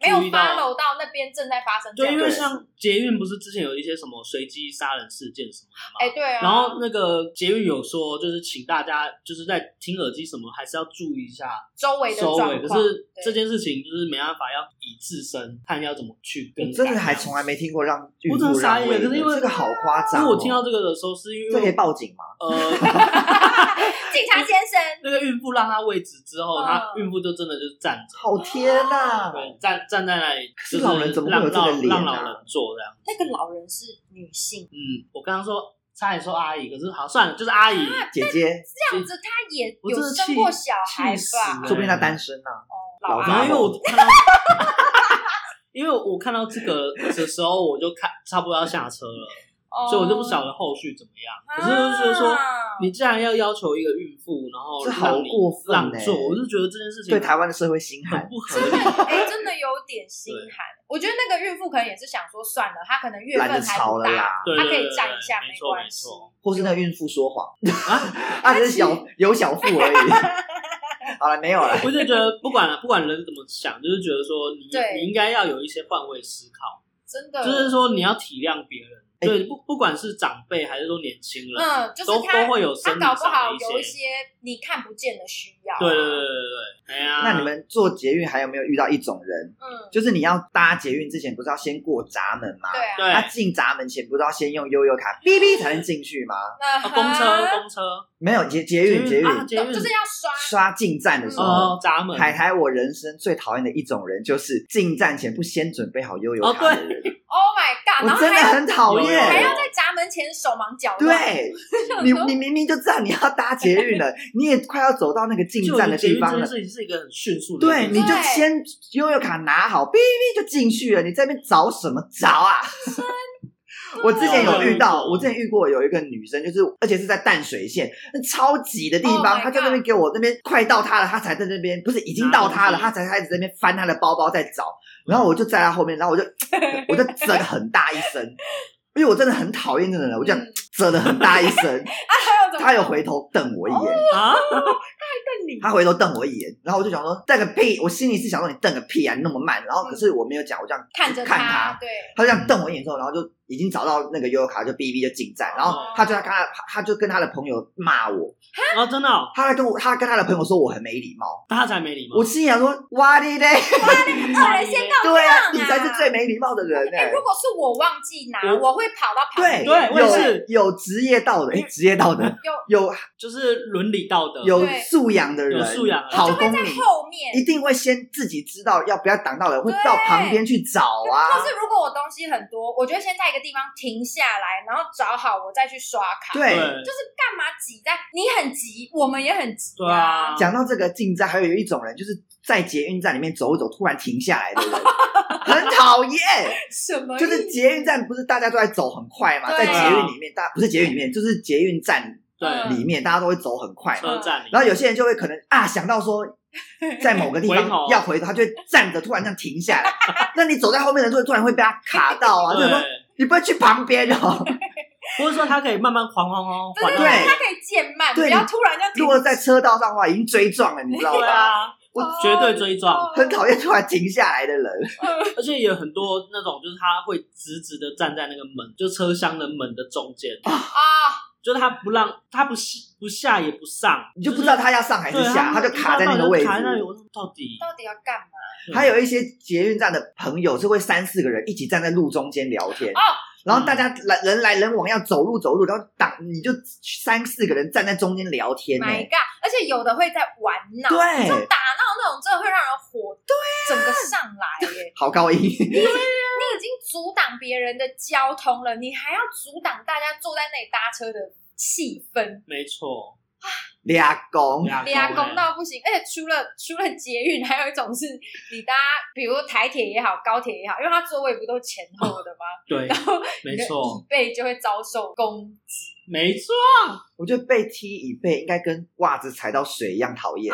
A: 没有
B: 注意到。
A: follow 到那边正在发生这
B: 对，
A: 样
B: 因
A: 的
B: 为
A: 事。
B: 像捷运不是之前有一些什么随机杀人事件什么的吗？
A: 哎、对啊，
B: 然后那个捷运有说，就是请大家就是在听耳机什么，还是要注意一下
A: 周围的
B: 收
A: 状况，
B: 尾。可是
A: 对
B: 这件事情就是没办法，要以自身看要怎么去跟。
C: 我真的还从来没听过让孕
B: 我真
C: 妇
B: 的傻
C: 让
B: 眼
C: 位的，
B: 可是因为
C: 这个好夸
B: 因
C: 张、
B: 为
C: 哦。
B: 我听到这个的时候，是因
C: 这可以
B: 为
C: 报警吗？ <laughs>
B: 呃，
A: 警察先生，
B: 那个孕妇让她位置之后，
A: 嗯
B: 她孕妇就真的就是站着，
C: 好天呐、
B: 对，站站在那里，
C: 是
B: 就是
C: 老人怎么会
B: 让
C: 有这个
B: 老
C: 脸啊
B: 让老人坐这样。
A: 那个老人是女性，
B: 嗯，我刚刚说差点说阿姨，可是好算了，就是阿姨，
C: 姐姐，
A: 这样子她也
B: 我
A: 有
B: 真的
A: 生
B: 气
A: 过小孩
B: 气死了
A: 吧？
C: 说不定她单身呢、啊。
A: 哦，
C: 老
A: 阿
B: 然后
C: 妈
B: 因为我
C: <laughs>
B: 看到，因为我看到这个的时候，我就看差不多要下车了。
A: 哦，哦
B: 所以我就不晓得后续怎么样。可是就是说，
A: 啊
B: 你既然要要求一个孕妇，然后
C: 这好
B: 让你
C: 过分
B: 哦让
C: 欸
B: 座，我就觉得这件事情
C: 对台湾的社会心
B: 很
C: 寒，
B: 不合
A: 真的
C: <laughs>
B: 理。啊
A: 哎、真的有点心寒。我觉得那个孕妇可能也是想说，算了，她可能月份
C: 懒
A: 还
C: 得吵
A: 不
C: 了
A: 大，
C: 啦，
B: 对
A: 她
B: 对
A: 可以
B: 对
A: 站
B: 对
A: 一下
B: 没
A: 没
B: 错没
A: 关系。
B: 错。
C: 或是那个孕妇说谎
B: 啊，
C: 啊，只是小有小腹而已。好了，没有了，
B: 我就觉得不管不管人怎么想，就是觉得说
A: <laughs>
B: 你
A: 对嗯
B: 你应该要有一些换位思考，
A: 真的，
B: 就是说你要体谅别人。
C: 哎
B: 对，不不管是长辈还是说年轻人，
A: 嗯就是
B: 都
A: 他
B: 都会有
A: 她
B: 生理
A: 搞
B: 上
A: 不好
B: 的
A: 有一
B: 些。
A: 些你看不见的需要、啊。
B: 对对对对对，哎呀，
C: 那你们做捷运还有没有遇到一种人，
A: 嗯，
C: 就是你要搭捷运之前不是要先过闸门吗？
A: 对啊。
B: 对
C: 他进闸门前不是要先用悠悠卡哔哔才能进去吗？
A: 那
B: 啊
A: 很
B: 公车公车
C: 没有捷捷运捷运
B: 啊捷运
A: 就是要刷，
C: 刷进站的时候
B: 哦，闸门
C: 海苔，我人生最讨厌的一种人就是进站前不先准备好悠游
B: 哦
C: 卡的人，
A: Oh my god！
C: 我
A: 然后
C: 真的
A: 还要
C: 很讨
B: 有有有
A: 还
C: 厌
A: 要。在闸门前手忙脚乱。
C: 对你，你明明就知道你要搭捷运了，你也快要走到那个进
B: 就我觉
C: 站
B: 得
C: 的
B: 捷
C: 地
B: 运这
C: 方
B: 件
C: 了，
B: 事情是一个很迅速的一个
C: 对，
B: 事情，
C: 你就
A: 对
C: 先悠游卡拿好，哔哔就进去了。你在那边找什么找啊？ <laughs> 我之前有遇到，我之前遇过有一个女生，就是而且是在淡水线那超挤的地
A: Oh my
C: 方，
A: God
C: 她在那边给我那边快到她了，她才在那边不是已经到她了，
B: 拿
C: 她才开始在那边翻她的包包在找，然后我就在她后面，然后我就 <laughs> 我就啧了很大一声，因为我真的很讨厌这种人，我就
A: 嗯
C: 啧了很大一声，
A: <laughs> 啊，还有怎么？哦
C: 她有回头瞪我一眼，
B: 啊，
A: 瞪你，
C: 他回头瞪我一眼，然后我就想说瞪个屁，我心里是想说你瞪个屁啊，你那么慢。然后可是我没有讲，我这样
A: 看着
C: 看
A: 他
C: 他，
A: 对，
C: 他就这样瞪我一眼之后，然后就已经找到那个悠悠卡，就哔哔就进站，然
A: 哦
C: 后他就跟他他就跟他的朋友骂我，
B: 然后真的哦，
C: 他在跟我他跟他的朋友说我很没礼貌，
B: 他才没礼貌，
C: 我心里想说哇你嘞，
A: 二人先告状
C: 对啊，
A: 哦啊，
C: 你才是最没礼貌的人
A: <laughs>
C: 呢、
A: 哎，如果是我忘记拿，
B: 我
A: 我会跑到旁边。
B: 对
C: 对
B: 我也是
C: 有有职业道德，哎，职业道德
A: 有
C: 有
B: 就是伦理道德
C: 有
A: 对
C: 素养的人，
B: 有素养的人
C: 好
A: 我就会
C: 公
A: 在
C: 民，
A: 后面。
C: 一定会先自己知道要不要挡到人，会到旁边去找啊。
A: 就是如果我东西很多，我觉得先在一个地方停下来，然后找好，我再去刷卡。，
C: 对，
B: 对
A: 就是干嘛挤在？你很急，我们也很急
B: 对啊
C: 讲到这个进站，还有一种人就是在捷运站里面走一走，突然停下来的
A: <laughs>
C: 人，很讨厌。
A: 什么意
C: 就
A: 思？
C: 是捷运站不是大家都在走很快吗？
A: 对啊
C: 在捷运里面，大不是捷运里面，就是捷运站
B: 对
C: 里面，大家都会走很
A: 嗯
C: 快。
B: 车站里，
C: 然后有些人就会可能啊想到说，在某个
A: <laughs>
C: 地
B: 回
C: 方
B: 头
C: 要回头，他就会站着突然这样停下来。那你走在后面的时候，突然会被他卡到
A: <laughs>
C: 啊！就是说
B: 对，
C: 你不要去旁边哦。
B: 或者说他可以慢慢缓缓缓缓
A: 对对对，
B: 缓，
C: 对
A: 他可以渐慢，不
C: 对
A: 要突然就停。
C: <laughs> 如果在车道上的话，已经追撞了，你知道
B: 对
C: 吗？
B: 啊，
A: 哦
B: 绝对追撞，
A: 哦
C: 很讨厌突然停下来的人。
B: 而且有很多那种就是他会直直的站在那个门，就车厢的门的中间，
C: 哦
A: 啊，
B: 就是他不让他不下不下也不上，
C: 你就不知道他要上还是
B: 对啊
C: 下，他就卡在那个位置。
B: 卡在那里，我说到底
A: 到底要干嘛？
C: 还有一些捷运站的朋友是会三四个人一起站在路中间聊天，
A: 哦
C: 然后大家来人来人往要走路走路，然后挡你就三四个人站在中间聊天、
A: My
C: 欸，
A: God！而且有的会在玩闹，
C: 对啊
A: 你知道打闹那种真的会让人火，对、整个上来耶！
C: 好高音，
A: 你已经阻挡别人的交通了，你还要阻挡大家坐在那里搭车的气氛，
B: 没错，
C: 俩公
B: 俩
A: 俩
B: 公
A: 公到不行。而且除了除了捷运，还有一种是你搭，比如台铁也好，高铁也好，因为它座位不都前后的吗？<laughs>
B: 哎对，
A: 然后
B: 没错，
A: 椅背就会遭受攻，
B: 没错，
C: 我觉得被踢椅背应该跟袜子踩到水一样讨
B: 啊
C: 厌，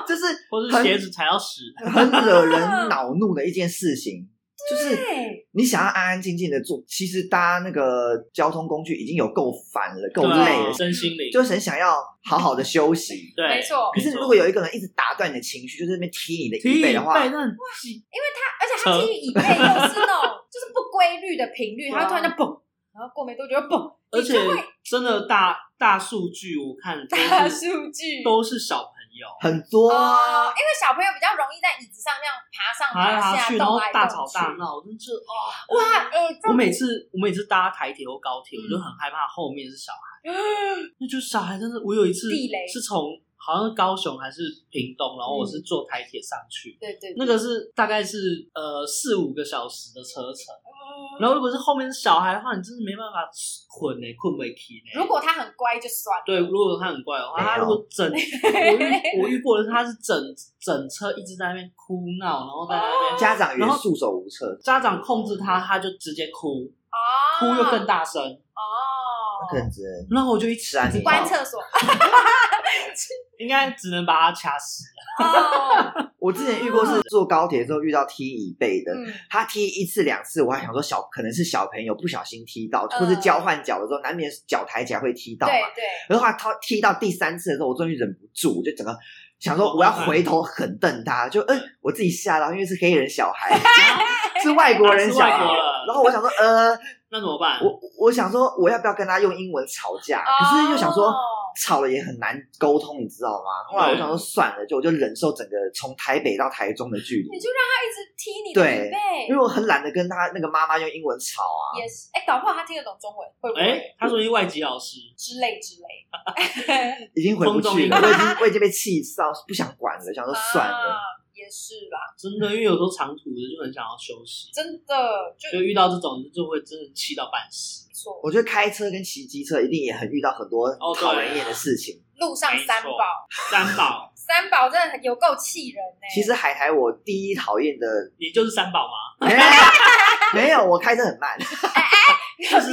C: <laughs> 就是
B: 或是
C: 很
B: 鞋子踩到屎，
C: 很惹人恼怒的一件事情，就是。
A: 对，
C: 你想要安安静静的做，其实搭那个交通工具已经有够烦了，够
B: 对啊
C: 累了，
B: 身心灵，
C: 就是很想要好好的休息。
B: 对，
A: 没错
C: 可是如果有一个人一直打断你的情绪，就是在那边踢你的
B: 踢
C: 椅背
B: 背
C: 的话，
B: 那很激
A: 而且它
B: 车
A: 踢椅背又是那种就是不规律的频率，
B: 对
A: 它
B: 啊
A: 会突然就蹦，然后过没多久就蹦，
B: 而
A: 你
B: 且
A: 就会
B: 真的大大数据，我看都
A: <laughs> 大
B: 是
A: 数据
B: 都是小朋友
C: 很多啊
A: 哦，因为小朋友比较容易在椅子上这样爬上
B: 爬来
A: 下，
B: 爬去，然
A: 动
B: 后
A: 来
B: 大
A: 动
B: 吵
A: 去
B: 大闹，真是哦。
A: 哇，哎、这
B: 我每次我每次搭台铁或高铁，我就
A: 嗯
B: 很害怕后面是
A: <gasps>
B: 小孩，那就是小孩真的，我有一次
A: 地雷嗯
B: 是从好像是高雄还是屏东，然后我是坐台铁上去。
A: 对对，
B: 那个是大概是呃四五个小时的车程，
A: 嗯
B: 然后如果是后面是小孩的话，你真是没办法困呢、困不起呢、
A: 如果他很乖就算了，
B: 对，如果他很怪的话，
C: 没有
B: 他如果整 <laughs> 我遇我遇过的是，他是整整车一直在那边哭闹，然后在那边、
A: 哦
C: 家长也
B: 然后
C: 束手无策。
B: 家长控制他，他就直接哭，
A: 哦，哦，
B: 哭又更大声，
A: 哦，
C: 认真。
B: 然后我就一
C: 是啊
B: 直
C: 你
A: 关厕所
B: 应该只能把他掐死。
C: <laughs>
A: 哦，
C: 我之前遇过是坐高铁之后遇到踢椅背的，
A: 嗯，
C: 他踢一次两次，我还想说小可能是小朋友不小心踢到，或是交换脚的时候难免脚抬起来会踢到嘛。
A: 对对，
C: 然后他他踢到第三次的时候，我终于忍不住，我就整个想说我要回头狠瞪他，就嗯、我自己吓到，因为是黑人小
B: <laughs>
C: 孩，是外国人
B: 啊
C: 小
B: 是
C: 孩
B: 外国人。
C: 然后我想说，呃，
B: 那怎么办？
C: 我我想说呃我要不要跟他用英文吵架？
B: 哦
C: 可是又想说。
A: 哦
C: 吵了也很难沟通，你知道吗？后来我想说算了，就我就忍受整个从台北到台中的距
A: 你
C: 离，
A: 就让他一直踢你的椅
B: 哎
A: 背
C: 因为我很懒得跟他那个妈妈用英文吵啊。
A: 也是，哎，搞不好他听得懂中文，会不会
B: 哎，他说一外籍老师，
A: 之类之
B: <laughs>
A: 类？
C: 已经回不去
B: 风
C: 了，我
B: 中
C: 已经我已经被气到不想管了，想说算
A: 啊
C: 了。，
A: 也是啦，
B: 真的，因为有时候长途的就很想要休息，
A: 真的就
B: 就遇到这种就会真的气到半死。
A: 没错，
C: 我觉得开车跟骑机车一定也很遇到很多
B: 哦对
C: 讨人厌的事情。
A: 路上三宝，
B: 三宝，
A: 三宝真的有够气人欸呢。
C: 其实海苔我第一讨厌的，
B: <laughs> 也就是三宝嘛，
C: 没有没有，我开车很慢，
B: 就 是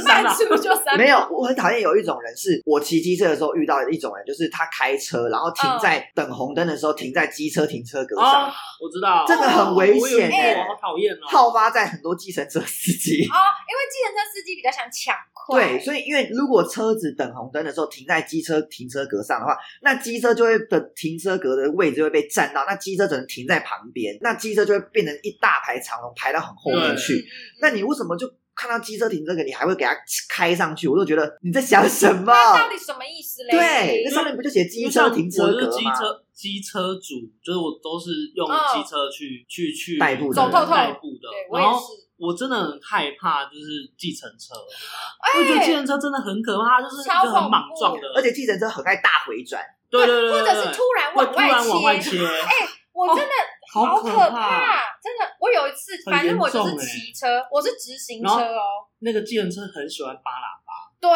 A: <laughs>
B: 三宝
A: 是不是就三宝
C: 啊没有，我很讨厌有一种人是我骑机车的时候遇到的一种人，就是他开车然后停在等红灯的时候停在机车停车格
B: 嗯哦
C: 上，，
B: 我知道，
C: 这个很危险
B: 哎，
C: 欸
B: 我好讨厌哦。
C: 好发在很多计程车司机。
A: 哦，因为计程车司机比较想抢快，嗯
C: 对，所以因为如果车子等红灯的时候停在机车停车格上的话，那机车就会的停车格的位置会被占到，那机车只能停在旁边，那机车就会变成一大排长龙排到很后面
B: 对
C: 去。
A: 嗯，嗯嗯
C: 那你为什么就看到机车停这个，你还会给它开上去？我就觉得你在想什
B: <laughs>
C: 么？
A: 那到底什么意思嘞？
C: 对，那上面不就写机车停
B: 因
C: 车
B: 为像我
C: 格
B: 就是机
C: 吗？
B: 车机车主，就是我都是用
A: 嗯
B: 机车去、去去
C: 代步的
A: 走透透
B: 代步的
A: 对。我也
B: 然后
A: 是，
B: 我真的很害怕，就是计程车，
A: 哎
B: 我觉得计程车真的很可怕，它就是一
A: 超
B: 个很
A: 恐
B: 莽
A: 怖
B: 撞的，
C: 而且计程车很爱大回转，
B: 对对对，
A: 或者是
B: 对
A: 突然
B: 会突然往
A: 外
B: 外切，
A: 哎、我真的
C: 哦
B: 好
A: 可
B: 怕。
A: 真的，我有一次，
B: 很
A: 反正我就
B: 严
A: 是
B: 重欸
A: 骑车，我是直行车
B: 然后
A: 哦，
B: 那个计程车很喜欢扒拉，
A: 对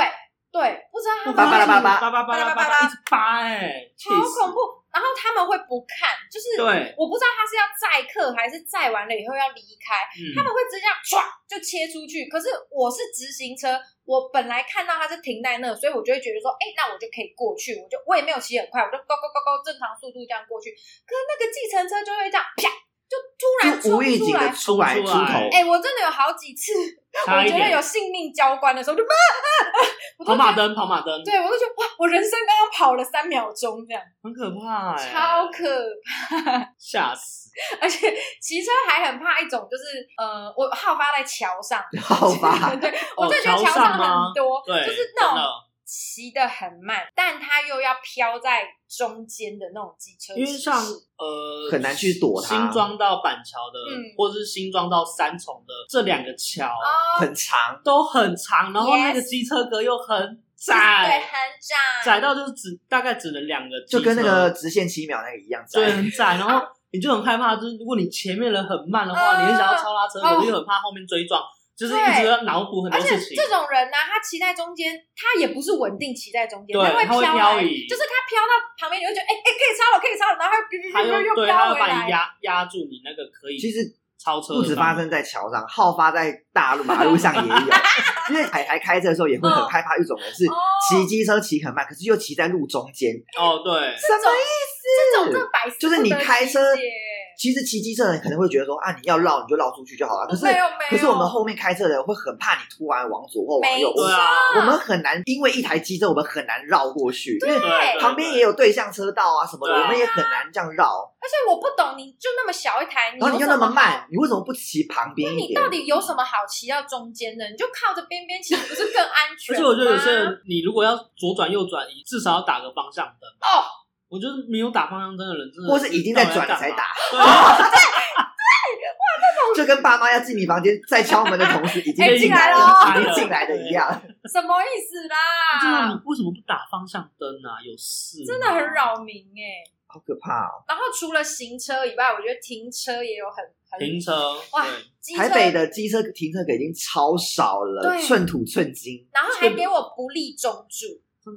A: 对，不知道他们
C: 叭叭拉叭叭
B: 叭叭叭叭叭叭，一直扒哎，气
A: 好
B: 死
A: 恐怖，然后他们会不看，就是
B: 对
A: 我不知道他是要载客还是载完了以后要离开，他
B: 嗯，
A: 们会直接这样唰就切出去。可是我是直行车，我本来看到它是停在那，所以我就会觉得说，哎、那我就可以过去，我就我也没有骑很快，我就高高高高正常速度这样过去。可是那个计程车就会这样啪，就突然
C: 就无预
A: 冲出
C: 警的
A: 来。
C: 出来出
B: 冲出来
C: 头。
A: 哎、我真的有好几次，我
B: 差一
A: 觉得
B: 点
A: 有。性命交关的时候，就啊妈、我
B: 跑
A: 都
B: 马
A: 觉得，
B: 灯，跑马灯，
A: 对我都觉得哇，我人生刚刚跑了三秒钟这样，
B: 很可怕哎，
A: 超可
B: 吓死。
A: 而且骑车还很怕一种，就是呃，我好发在桥上，
C: <laughs> 好
B: <laughs>
C: 吧，
A: <laughs> 对我
B: 哦
A: 就觉得桥
B: 桥上吗
A: 很多，
B: 对，
A: 就是
B: 真
A: 那种
B: 的
A: 骑的很慢，但它又要飘在中间的那种机车，
B: 因为像呃
C: 很难去躲它
B: 新庄到板桥的，
A: 嗯
B: 或者是新庄到三重的这两个桥、
A: 哦，
C: 很长，
B: 都很长，然后
A: Yes
B: 那个机车格又很
A: 对，
B: 窄，
A: 很窄，
B: 窄到就是只大概只能两个机车，
C: 就跟那个直线七秒那个一样窄。
B: 对很窄，然后你就很害怕，就是如果你前面人很慢的话，
A: 嗯
B: 你很想要超拉车，
A: 哦
B: 可是又很怕后面追撞，就是一直
A: 对
B: 要脑补很
A: 而
B: 多
A: 且
B: 事情
A: 这。种人呢、他骑在中间，他也不是稳定骑在中间，
B: 对
A: 会
B: 他会
A: 飘
B: 漂
A: 来
B: 移
A: 就是他飘到旁边，你会觉得哎哎、可以超了，可以超了，然后又
B: 他又
A: 又
B: 对，
A: 飘
B: 他会
A: 回
B: 把
A: 来
B: 你。压压住你那个可以
C: 其实
B: 超车的
C: 不止
B: 范围
C: 发生在桥上，好发在大路马路上也
A: <laughs>
C: 有。因为海苔开车的时候也会很害怕，一种人是
A: 哦
C: 骑机车骑很慢，可是又骑在路中间，
B: 哦，对，
C: 什么
A: 这
C: 意
A: 种
C: 思？
A: 更白痴，
C: 就是
A: 不
C: 你
A: 能理
C: 开车
A: 解
C: 其实骑机车的人可能会觉得说啊，你要绕你就绕出去就好了。可是
A: 没有没有，
C: 可是我们后面开车的人会很怕你突然往左或往右，
A: 没错
C: 我
B: 对
C: 们
B: 啊，
C: 我们很难因为一台机车，我们很难绕过去，因为
B: 对对
C: 旁边也有对向车道啊什么的，
B: 对
C: 我们也很难这样绕。
A: 而且我不懂，你就那么小一台，你
C: 然后
A: 有
C: 你又
A: 什
C: 那
A: 么
C: 么
A: 好
C: 慢，你为什么不骑旁边一
A: 你
C: 点
A: 到？底有什么好骑到中间的？你就靠着边边骑，不是更安全
B: 而
A: 吗？
B: 且我觉得有些人，你如果要左转右转，你至少要打个方向灯。
A: 哦，
B: 我觉得没有打方向灯的人，真的
C: 或是已经在转了
B: 了
C: 才打。，
B: 对啊，
C: 就跟爸妈要进你房间在敲门的同时，已经
A: 哎
C: 进
A: 进来
C: 来
A: 了
C: 了，
B: 哦
C: 已经进来的一样。
A: 什么意思
B: 真的，啊你
A: 啦？
B: 为什么不打方向灯啊？有事吗？
A: 真的很扰民哎、
C: 好可怕哦！
A: 然后除了行车以外，我觉得停车也有很很
B: 停车，
A: 哇
B: 对，
A: 机车
C: 台北，的机车停车格已经超少了，
A: 对
C: 寸土寸金。
A: 然后还给我不利中柱，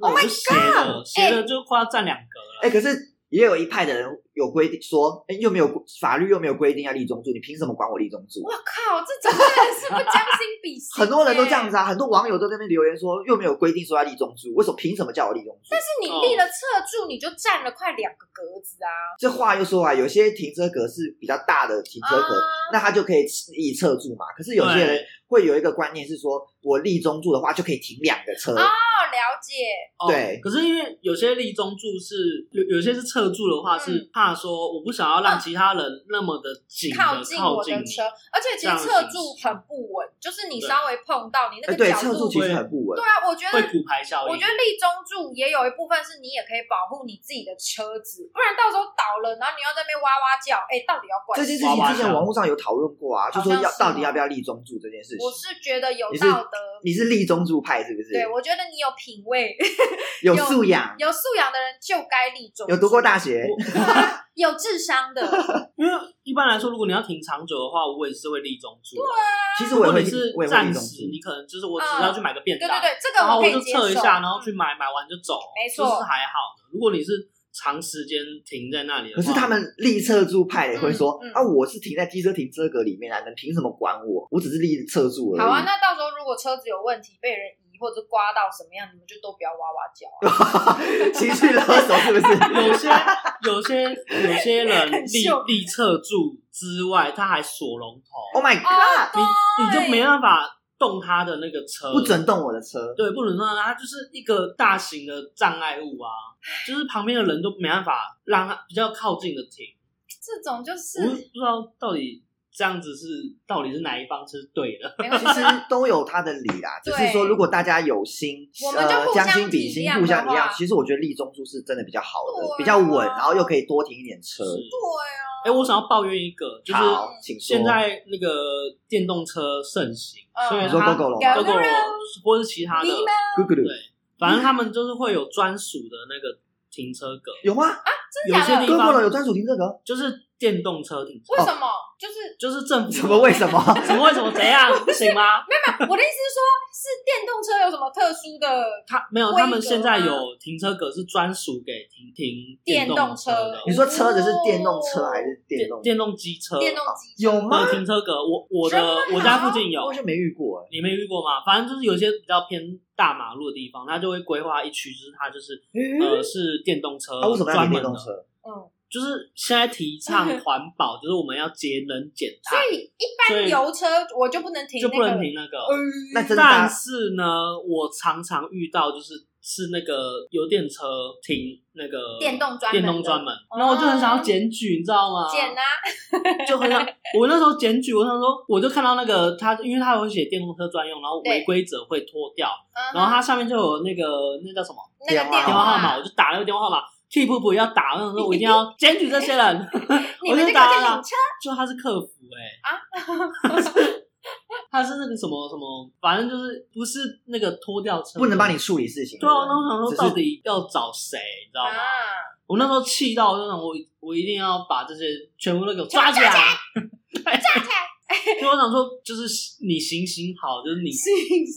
A: ，Oh
B: 真的我就斜的，斜的就快要占两格了。
C: 哎，可是也有一派的人有规定说，哎，又没有法律又没有规定要立中柱，你凭什么管我立中柱？
A: 我靠，这真的是不将心比心、
C: <laughs>
A: 欸
C: 很多人都这样子。啊，很多网友都在那边留言说，又没有规定说要立中柱，为什么凭什么叫我立中柱？
A: 但是你立了
B: 哦
A: 侧柱，你就占了快两个格子啊！
C: 这话又说啊，有些停车格是比较大的停车格，
A: 啊
C: 那他就可以立侧柱嘛。可是有些人
B: 对
C: 会有一个观念是说，我立中柱的话就可以停两个车，
A: 啊哦，了解，
B: 哦
C: 对
B: 可是因为有些立中柱是有有些是侧柱的话，
A: 嗯
B: 是怕说我不想要让其他人那么的紧的
A: 靠近我
B: 近
A: 的
B: 你
A: 车，而且其实
B: 这样的
A: 侧
B: 形
A: 柱
B: 式
A: 很不稳，就是你
B: 对
A: 稍微碰到你那
C: 哎，
A: 个
C: 对，
A: 角
C: 侧柱
A: 度，
C: 其实很不稳
A: 对。啊，我觉
B: 会
A: 得。
B: 骨牌效应。
A: 我觉得立中柱也有一部分是你也可以保护你自己的车子，不然到时候倒了，然后你要在那边哇哇叫，哎、到底要怪
C: 这件
A: 谁？
C: 事情之
B: 娃娃
C: 前
B: 像
C: 网络上有讨论过啊，就
A: 好
C: 说
A: 像
C: 要
A: 是
C: 到底
A: 哦
C: 要不要立中柱这件事情
A: 我。是觉得有
C: 你是
A: 道德，
C: 你是立中柱派是不是？
A: 对我觉得你有品味、
C: 有
A: 有
C: 素养，
A: 有素养的人就该立中柱，
C: 有读过大学，
A: 对啊有智商的，
B: <laughs> 因为一般来说，如果你要停长久的话，我也是会立中柱。啊
A: 啊
C: 其实
B: 如
C: 我也
B: 果
C: 会
B: 你是
C: 我也会立
B: 暂
C: 中
B: 时，你
C: 柱。
B: 可能就是我只是要去买个便
A: 嗯对
B: 当，
A: 对对，这
B: 然
A: 个
B: 后
A: 可
B: 我
A: 以
B: 就
A: 接
B: 测
A: 受。
B: 一下，然后去
A: 嗯
B: 买，买完就走，
A: 没错
B: 就是还好的。如果你是长时间停在那里的
C: 可
B: 话，
C: 是他们立侧柱派也会说
A: 嗯嗯
C: 啊，我是停在机车停车格里面啊，你凭什么管我？我只是立侧柱而已。
A: 好啊，那到时候如果车子有问题，被人移或者刮到什么样，你们就都不要哇哇叫啊、
C: <laughs> 情绪勒索
A: <laughs>
C: 是不是？
B: 有些有些有些人立
A: 秀
B: 立侧柱之外，他还锁龙头，
C: Oh my god！
B: 你你就
A: 对
B: 没办法动他的那个车，
A: 哦
C: 不准动我的车。
B: 对，不准让它就是一个大型的障碍物啊，就是旁边的人都没办法让它比较靠近的停。
A: 这种就是
C: 嗯
B: 我不知道到底这样子是到底是哪一方是对的。
A: 没关
C: 其
A: 系。
C: 实都有他的理啦，只
A: <laughs> 对
C: 是说如果大家有心，
A: 我们就
C: 呃，
A: 互
C: 将
A: 相
C: 心比心
A: 体，谅
C: 互相体
A: 的话
C: 谅。其实我觉得立中柱是真的比较好
A: 对
C: 的
A: 啊，
C: 比较稳，然后又可以多停一点车。
A: 对啊，
B: 哎、我想要抱怨一个，就是
C: 好，请说。
B: 现在那个电动车盛行，
A: 嗯
B: 所以
C: 你说
B: 它
C: GoGo 龙
A: 吗
B: GoGo 龙或是其他的，
A: 你们
C: 咕咕噜
B: 对，反正他们就是会有专属的那个停车格，
C: 有吗？
A: 真的
B: 有
A: 假
B: 些
A: 的
B: 地？
C: 哥
B: 方
C: 哥了有专属停
B: <laughs>
C: 车格？
B: 就是电动车停车
A: 为，什么？就是
B: 就是政府
C: 什么？为什
A: <laughs>
C: 么？
B: 什么为什么怎样行吗？
A: 我的意思是说，是电动车有什么特殊的？
B: 他没有，
A: 规格
B: 他们现在
A: 吗
B: 有停车格是专属给停停
A: 电
B: 动
A: 动
B: 车
A: 车
B: 的，
C: 你说车子是电动车还是电动？
A: 哦
B: 电动机车
A: 电动机车
C: 有吗
B: 的？
A: <laughs>
B: 停车格，我我
A: 真的
B: 的
A: 啊
B: 我家附近有
C: 我，就没遇过哎。
B: 你没遇过吗？反正就是有些比较偏大马路的地方，它就会规划一区，就是它就是呃是电动车
C: 啊他为什么要
B: 专
C: 停
B: 门
C: 电动
B: 的，
C: 车？
A: 嗯，
B: 就是现在提倡环保， <laughs> 就是我们要节能减碳
A: 所，以一
B: 所以
A: 般油车我就不能停
B: 就
A: 那
B: 不能
A: 个。
B: 停那个。
A: 嗯
C: 哦那真的大
B: 但是呢，我常常遇到就是是那个油电车停那个
A: 电动专门
B: 电
A: 的
B: 动专门，然后我就很想要检举，你知道吗？
A: 减啊，
B: 就
A: <laughs>
B: 很想，我那时候检举，我想说，我就看到那个他，因为他有写电动车专用，然后
A: 对
B: 违规者会脱掉，
A: 嗯
B: 然后它下面就有那个那叫什么
A: 那个
C: 电
B: 电话
A: 话
B: 号码，我就打那个电话号码。keep 不要打，我想说我一定要检举这些人， <laughs>
A: 你
B: 我
A: 们
B: 就
A: 就
B: 打
A: 靠近
B: 了
A: 领
B: 啦
A: 车，
B: 就他是客服哎、
A: 啊
B: <laughs> 他是那个什么什么，反正就是不是那个拖吊车，
C: 不能帮你处理事情。
B: 对啊，那我想
C: 只
B: 说
C: 是
B: 到底要找谁，你知道吗？
A: <laughs> 啊，
B: 我那时候气到，我就想我我一定要把这些全部都给我抓起来，
A: 抓起
B: <laughs> 抓起 <laughs> 来。所以我想说，就是你行行好，就是你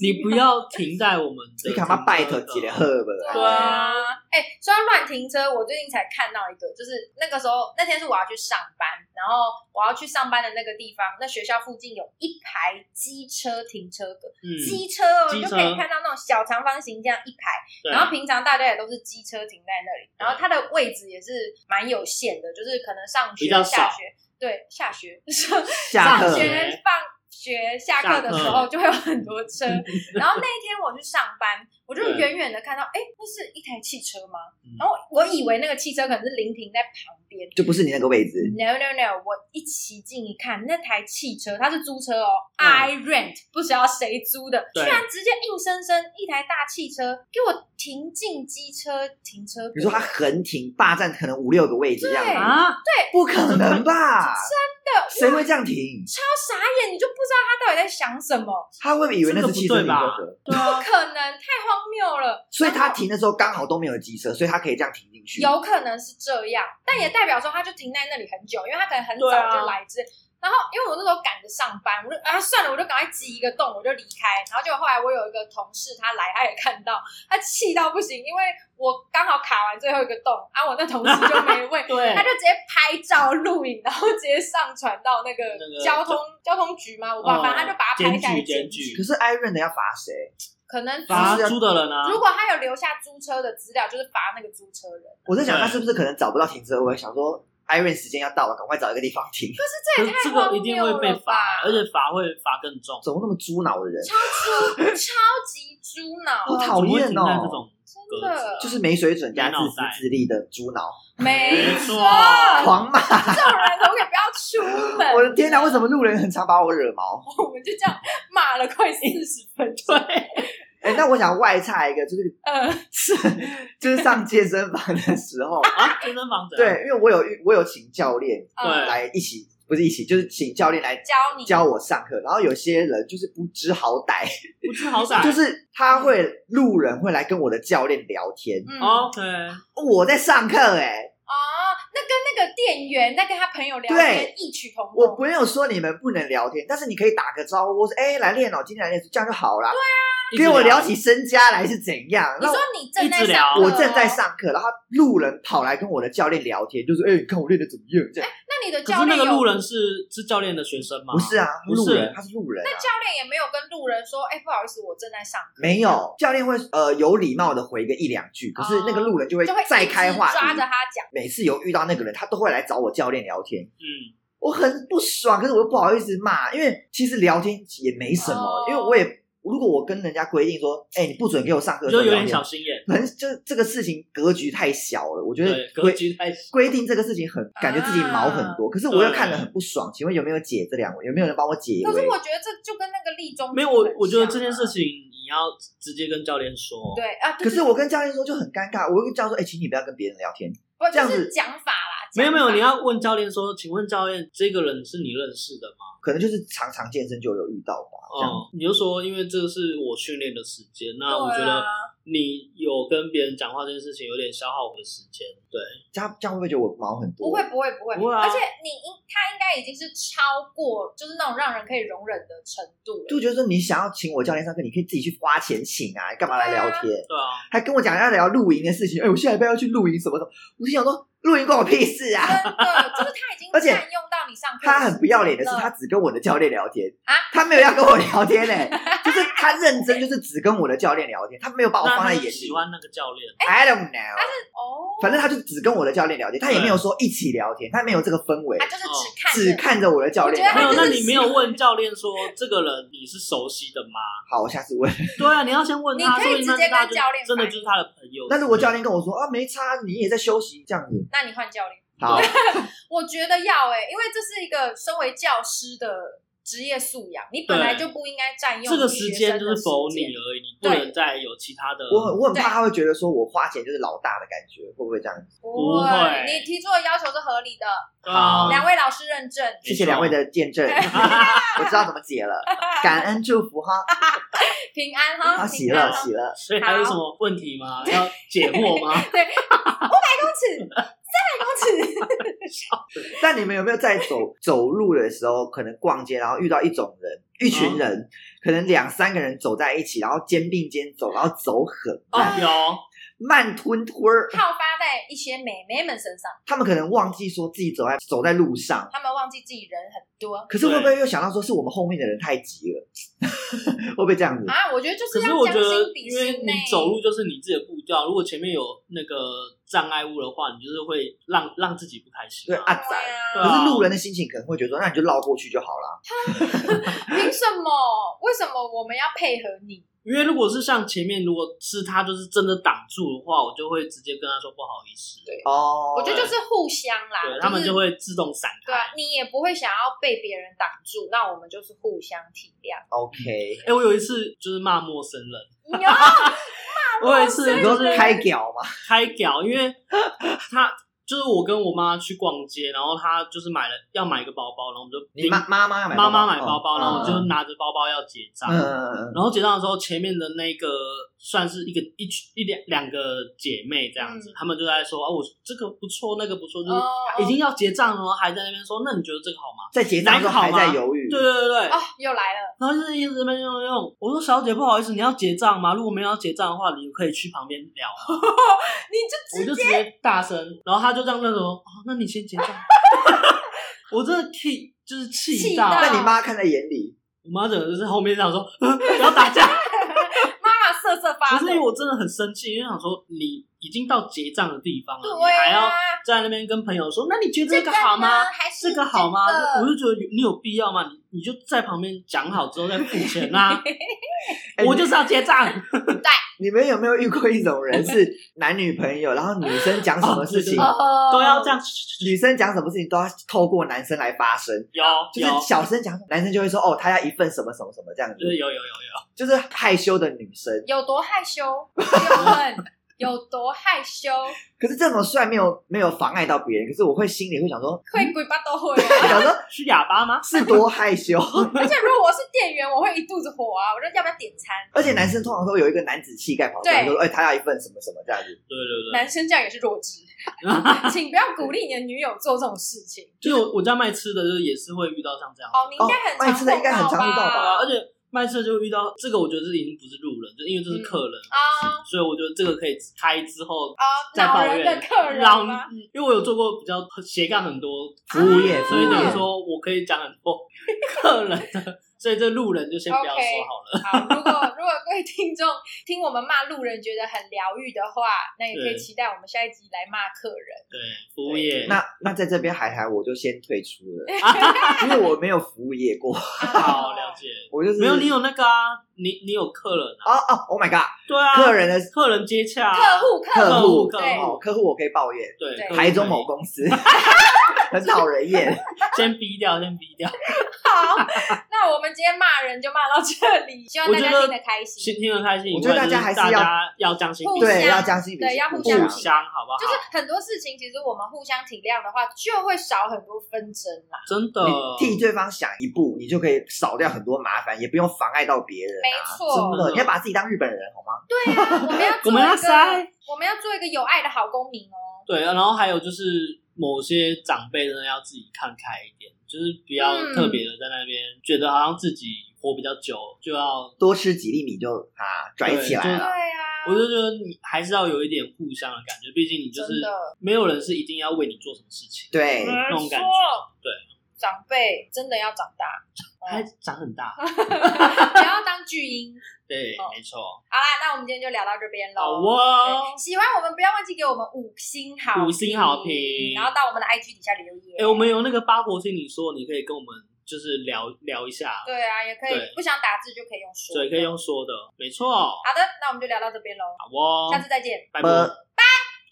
B: 你不要停在我们的
C: 你干嘛拜托
B: 停车
C: 几个
B: 的
C: 赫本？
B: 对啊，
A: 哎、说到乱停车，我最近才看到一个，就是那个时候那天是我要去上班，然后我要去上班的那个地方，那学校附近有一排机车停车格，
B: 嗯，
A: 机车哦，
B: 机
A: 你就
B: 车
A: 可以看到那种小长方形这样一排，然
B: 对
A: 后平常大家也都是机车停在那里，然后它的位置也是蛮有限的，就是可能上学
B: 比较少
A: 下学，对，下学上
C: 下课
B: 上
A: 学放学下课的时
B: 下
A: 候就会有很多
B: <laughs>
A: 车。然后那一天我去上班，我就
B: 对
A: 远远的看到，哎，那是一台汽车吗
B: 嗯？
A: 然后我以为那个汽车可能是临停在旁边。
C: 就不是你那个位置。
A: No no no！我一骑近一看，那台汽车它是租车哦、
B: 嗯
A: i rent 不知道谁租的，居
B: 对
A: 然直接硬生生一台大汽车给我停进机车停车格。
C: 你说他横停霸占可能五六个位置这样
A: 对
C: 子，
B: 啊，
C: 不可能吧？
A: 的，
C: 谁
A: 我
C: 会这样停？
A: 超傻眼，你就不知道他到底在想什么，
C: 他会不会以为那是汽车
B: 这个不对
C: 停
B: 吧
C: 车格，
B: 对
A: 不
B: 啊，
A: 可能，太荒谬了。
C: 所以他停的时候刚好都没有机车，所以他可以这样停进去。
B: 嗯
A: 有可能是这样，但也代表说他就停在那里很久，因为他可能很
B: 对啊，
A: 早就来之类。然后因为我那时候赶着上班，我就啊算了，我就赶快挤一个洞，我就离开。然后就后来我有一个同事，他来他也看到，他气到不行，因为我刚好卡完最后一个洞，啊，我那同事就没位
B: <laughs> 对
A: 他就直接拍照录影，然后直接上传到那个
B: 那个
A: 交通交通局嘛，我不知道，
B: 嗯
A: 反正他就把它拍下来
B: 检
A: 检
B: 举检举
C: 可是艾润的要罚谁？
B: 嗯
A: 可能租
B: 罚
C: 就是要
B: 租的人啊，
A: 如果他有留下租车的资料，就是罚那个租车人。
C: 我在想
B: 对
C: 他是不是可能找不到停车位，想说艾润时间要到了，赶快找一个地方停。 <laughs>
A: 这
B: 可
A: 也太
B: 是这
A: 荒
B: 个
A: 谬
B: 一定会被罚，
A: 了吧
B: 而且罚会罚更重。
C: 怎么那么猪脑的人？
A: 超猪，超级猪脑，
C: <laughs> 好讨厌
B: 怎
C: 哦
B: 么会停在这种
A: 真的
C: 就是没水准加自私自利的猪脑，
A: 没
B: 没错
A: 嗯
C: 狂骂！
A: 这种人可不可以不要出门？
C: <laughs> 我
A: <laughs>
C: 的天哪，为什么路人很常把我惹毛？
A: 我们就这样骂了快四十分钟？对，
C: 哎，那我想外插一个，就是
A: 嗯，
C: 就是上健身房的时候，
B: 啊？健身房怎样？
C: 对，因为我有遇我有请教练
B: 哎
A: 嗯
C: 来一起，不是一起，就是请教练来
A: 教你
C: 教我上课。然后有些人就是不知好歹，
B: 不知好歹。
C: 就是他会路人会来跟我的教练聊天，
A: 嗯哦
B: OK，
C: 我在上课哎、
A: 那跟那个店员在跟他朋友聊
C: 对
A: 天异曲同
C: 我
A: 工。
C: 没有说你们不能聊天，但是你可以打个招呼，说哎、来练哦，今天来练，这样就好啦。给我聊起身家来是怎样？
A: 你
C: 那
A: 说
C: 我
A: 你正在
B: 一直
A: 上
B: 聊
A: 课哦，
C: 我正在上课，然后路人跑来跟我的教练聊天，就说：“哎、你看我练的怎么样？”这样
A: 那你的
B: 可
A: 教
B: 是那
A: 练
B: 个
A: 有
B: 路人是是教练的学生吗？
C: 不是啊，
B: 不
C: 路人
B: 是
C: 他是路人、啊，
A: 教练也没有跟路人说，哎，不好意思，我正在上课，
C: 没有教练会呃有礼貌的回个一两句，可是那个路人就会
A: 就会
C: 再开话
A: 一直抓着
C: 题。
A: 他讲。
C: 每次有遇到那个人，他都会来找我教练聊天，
B: 嗯，
C: 我很不爽，可是我又不好意思骂，因为其实聊天也没什么，
A: 哦
C: 因为我也如果我跟人家规定说，哎、你不准给我上课，
B: 就有
C: 聊
B: 点
C: 天
B: 小心眼，
C: 很就这个事情格局太小了，我觉得
B: 对，格
C: 规
B: 局太小。
C: 规定这个事情很感觉自己毛很啊多，可是我又
B: 对
C: 看得很不爽。请问有没有解这两位？有没有人帮我解
A: 可是
C: 围？
A: 我觉得这就跟那个立中
B: 没有，我我觉得
A: 很
B: 这
A: 像啊
B: 件事情你要直接跟教练说。
A: 对啊，对
C: 可是我跟教练说就很尴尬，我会跟教练说：“哎、请你不要跟别人聊天。
A: 不
C: 这样
A: 就是
C: 子
A: 讲法啦，
B: 没有没有，
A: 讲法
B: 你要问教练说，请问教练，这个人是你认识的吗？”
C: 可能就是常常健身就有遇到吧。这样
B: 哦、你就说，因为这是我训练的时间，那我觉
A: 对
B: 得
A: 啊
B: 你有跟别人讲话这件事情有点消耗我的时间。对，
C: 这样这样会不会觉得我毛很多？
A: 不会不会不会，
B: 不会啊
A: 而且你应他应该已经是超过就是那种让人可以容忍的程度了。
C: 就觉得说你想要请我教练上课，你可以自己去花钱请啊，干嘛来聊天？
B: 对啊，
C: 还跟我讲要聊露营的事情，哎、我下礼拜要去露营什么的。我就想说，露营关我屁事啊！
A: 真的，就是他已经
C: 而且
A: 占用到你上课的时间了。
C: 他很不要脸的是，他只跟我的教练聊天
A: 啊
C: 他没有要跟我聊天嘞、就是他认真，就是只跟我的教练聊天，他没有把我
B: 那
C: 放
B: 他
C: 在眼
B: 就
C: 里。
B: 喜欢那个教练，
A: 哎
C: I don't know，、
A: 哦，
C: 反正他就只跟我的教练聊天，他也
B: 对
C: 没有说一起聊天，他没有这个氛围
A: 他，就是只看着
C: 只看着我的教练
A: 我觉得
B: 没
A: 他
C: 聊
B: 有，
A: 就
C: 天。
B: 那
A: 是
B: 你没有问教练说这个人你是熟悉的吗？
C: 好，我下次问。
B: <laughs> 对啊，你要先问他，
A: 你可以
B: 说不定那
A: 直接
B: 是他
A: 跟
B: 就
A: 教练
B: 真的
A: 反
B: 就是嗯他的朋友。
C: 那如果教练跟我说啊，没差，你也在休息这样子，
A: 那你换教练，
B: 啊
C: 好，
A: 我觉得要哎、因为这是一个身为教师的职业素养，你本来就不应该占用
B: 这个
A: 学
B: 时
A: 生
B: 间
A: 的
B: 就是否你
A: 时间
B: 而已，你不能再有其他的。
C: 我很我很
A: 对
C: 怕他会觉得说我花钱就是老大的感觉，会不会这样子？
A: 不
B: 不会
A: 你提出的要求是合理的。
B: 对啊
C: 好
A: 两位老师认证，
B: 没
C: 谢谢
B: 错
C: 两位的见证， <laughs> 我知道怎么解了，感恩祝福哈，
A: 平安
C: 好
A: 哈，
C: 喜
A: 平安
C: 了
A: 哈
C: 喜了，
B: 所以还有什么问题吗？要解
A: <laughs>
B: 惑吗？
A: 公尺，三百公尺。
C: 但你们有没有在
B: <laughs>
C: 走走路的时候，可能逛街，然后遇到一种人，一群人，
B: 嗯
C: 可能两三个人走在一起，然后肩并肩走，然后走很
B: 哦
C: 慢，，
B: 有
C: 慢吞吞儿。
A: 好发在一些美眉们身上，
C: 他们可能忘记说自己走在走在路上，
A: 她们忘记自己人很多
C: 可是会不会又想到说是我们后面的人太急了？ <laughs> 会不会这样子？
A: 啊。我觉得就
B: 嗯可
A: 要
B: 是我
A: 将
B: 觉得
A: 心，欸比
B: 因为
A: 心
B: 你
A: 呢。
B: 走路就是你自己的步调，如果前面有那个障碍物的话，你就是会让让自己不开心
C: 对
B: 啊。
C: 阿
A: 对
C: 仔。
B: 对
A: 啊，
B: 啊
C: 可是路人的心情可能会觉得说，那你就绕过去就好了。
A: 凭什么？为什么我们要配合你？
B: 因为如果是像前面，如果是他就是真的挡住的话，我就会直接跟他说不好意思，
A: 对
C: 哦，
A: 我觉得就是互相啦，
B: 对他们
A: 就
B: 就是会自动闪
A: 对
B: 开。
A: 啊，你也不会想要被别人挡住，那我们就是互相体
B: <laughs>
A: 谅。
C: OK。
B: 哎，我有一次就是骂陌生人，
A: 你要
B: 我有一次
C: 你
B: 就
C: 说
B: 是
C: 开屌嘛？
B: 开屌，因为他就是我跟我妈去逛街，然后她就是买了要买一个包包，然后我们就
C: 你妈妈妈要买
B: 妈
C: 包嗯
B: 妈买包包，然后我就拿着包包要结账，
C: 嗯嗯嗯嗯嗯
B: 然后结账的时候，前面的那个算是一个一群一两两个姐妹这样子，
A: 嗯
B: 她们就在说哦，我这个不错，那个不错，就是
A: 哦
B: 嗯已经要结账了，还在那边说，那你觉得这个好吗？
C: 在结账的时候
B: 哪
C: 还
B: 一个好吗
C: 在犹豫，
B: 对啊对对对，
A: 哦，又来了，
B: 然后就是一直在那边用用，我说小姐不好意思，你要结账吗？如果没有要结账的话，你可以去旁边聊吗。
A: 你就
B: 我就直接大声，然后他就这样那种，哦，那你先结账。我真的气，就是气到，
A: 气到
C: 那你妈看在眼里，
B: 我妈整个就是后面想说， <laughs> 呃不要打架。
A: 妈妈瑟瑟发
B: 可是因为
A: 抖。
B: 我真的很生气，因为想说你已经到结账的地方了，
A: 对
B: 你还要
A: 啊，
B: 在那边跟朋友说，那你觉得
A: 这
B: 这
A: 个
B: 个好吗？
A: 呢还是
B: 这个好吗？
A: 这
B: 我
A: 个
B: 就觉得你有必要吗？你你就在旁边讲好之后再付钱啊！
C: 哎
B: 我就是要结账。
C: 你们有没有遇过一种人是男女朋友，然后女生讲什么事情
B: <laughs> 对，
A: 哦
B: 都要这样。
C: 女生讲什么事情都要透过男生来发声，
B: 有
C: 就
B: 有
C: 是小生讲，男生就会说哦，他要一份什么什么什么这样子，
B: 就是有有有有，
C: 就是害羞的女生。
A: 有多害羞？就问有多害羞？
C: 可是这种虽然没有没有妨碍到别人，可是我会心里会想说，
A: 会鬼巴都会
C: <laughs> 我
A: 啊！
C: 想说
B: 是哑巴吗？
C: 是多害羞。
A: 而且如果我是店员，我会一肚子火啊！我说要不要点餐？
C: 而且男生通常都有一个男子气概跑出来
A: 对
C: 说，哎，他要一份什么什么这样子。
B: 对对对，
A: 男生这样也是弱智，请不要鼓励你的女友做这种事情。
B: 就我我家卖吃的，就是也是会遇到像这样。
A: 哦，你应该很
C: 哦卖吃的应该很
A: 常
C: 常遇到
B: 对
C: 吧
A: 吧
B: 啊，而？且卖车就会遇到这个，我觉得这已经不是路人，就因为这
C: 嗯
B: 是客人，
A: 啊
B: 所以我觉得这个可以开之后
A: 啊，
B: 再
A: 恼
B: 抱
A: 人
B: 怨。
A: 的客人
B: 老
A: 吗？，
B: 因为我有做过比较斜杠很多，
C: 服务业，服
B: 所以
C: 务
B: 等于
C: 业，
B: 说我可以讲很
C: <laughs>
B: 多客人的，所以这路人就先不要说好了。
A: 好，如果如果各位听众听我们骂路人觉得很疗愈的话，那也可以
B: 对
A: 期待我们下一集来骂客人。
B: 对，服务业
C: 那那在这边海海我就先退出了，
A: <laughs>
C: 因为我没有服务业
B: <laughs>
C: 过，
A: 啊
B: 好了解。
C: 我就是
B: 没有，你有那个啊，你你有客人啊，
C: 哦哦，Oh my god，
B: 对啊，
C: 客人的
B: 客人接洽啊、
A: 客户客
C: 客户
B: 客户
A: 对
C: 哦，客户我可以抱怨，
B: 对
A: 对
B: 客户
C: 台中某
B: 可
C: 公
A: <laughs>
C: 司很讨人厌。
B: 以先逼掉，先逼掉。
A: 好，那我们今天骂人就骂到这里，希望大家
B: 我觉得
A: 听得开心。
B: 心听得开心以外，
C: 我觉得大家还是
B: 就是
C: 要
B: 大家要将心比
A: 互
B: 心，
A: 相
C: 对，要将心比
A: 对
C: 心，
A: 要互
B: 互
A: 相
B: 相好不好？
A: 就是很多事情，其实我们互相体谅的话，就会少很多纷争啦。
B: <laughs> 真的
C: 你替对方想一步，你就可以少掉很多麻烦，也不用妨碍到别人、啊。
A: 没错
C: 真
B: 嗯
C: 的，你要把自己当日本人好吗？
A: 对啊，我们要
B: 我
A: 做
B: 们要
A: 一
B: 塞
A: 个，我们要做一个有爱的好公民哦。
B: 对，然后还有就是某些长辈真的要自己看开一点，就是不要
A: 嗯
B: 特别的在那边、觉得好像自己活比较久就
A: 嗯
B: 要。
C: 多吃几粒米就啊拽起来
B: 对
A: 对
C: 了。
A: 啊，
B: 嗯我就觉得你还是要有一点互相的感觉，毕竟你就
A: 真
B: 是
A: 的
B: 没有人是一定要为你做什么事情，
C: 对，
B: 那种
A: 没
B: 感
A: 错
B: 觉，对，
A: 长辈真的要长
B: <laughs>
A: 大，
B: 还长很大，
A: 哦不要当巨婴。
B: 对，
A: 哦
B: 没错，
A: 好啦，那我们今天就聊到这边喽。
B: 好哦，
A: 对喜欢我们不要忘记给我们五星好评
B: 五星好评
A: 然后到我们的 IG 底下留言。
B: 哎、我们有那个八婆听你说，你可以跟我们就是聊聊一下，
A: 对啊，也可以
B: 对
A: 不想打字就可以用说，
B: 对，可以。用说的，没错，好
A: 好的，那我们就聊到这边喽，
B: 哦，
A: 下次再见。
B: 拜
C: 拜
B: 拜。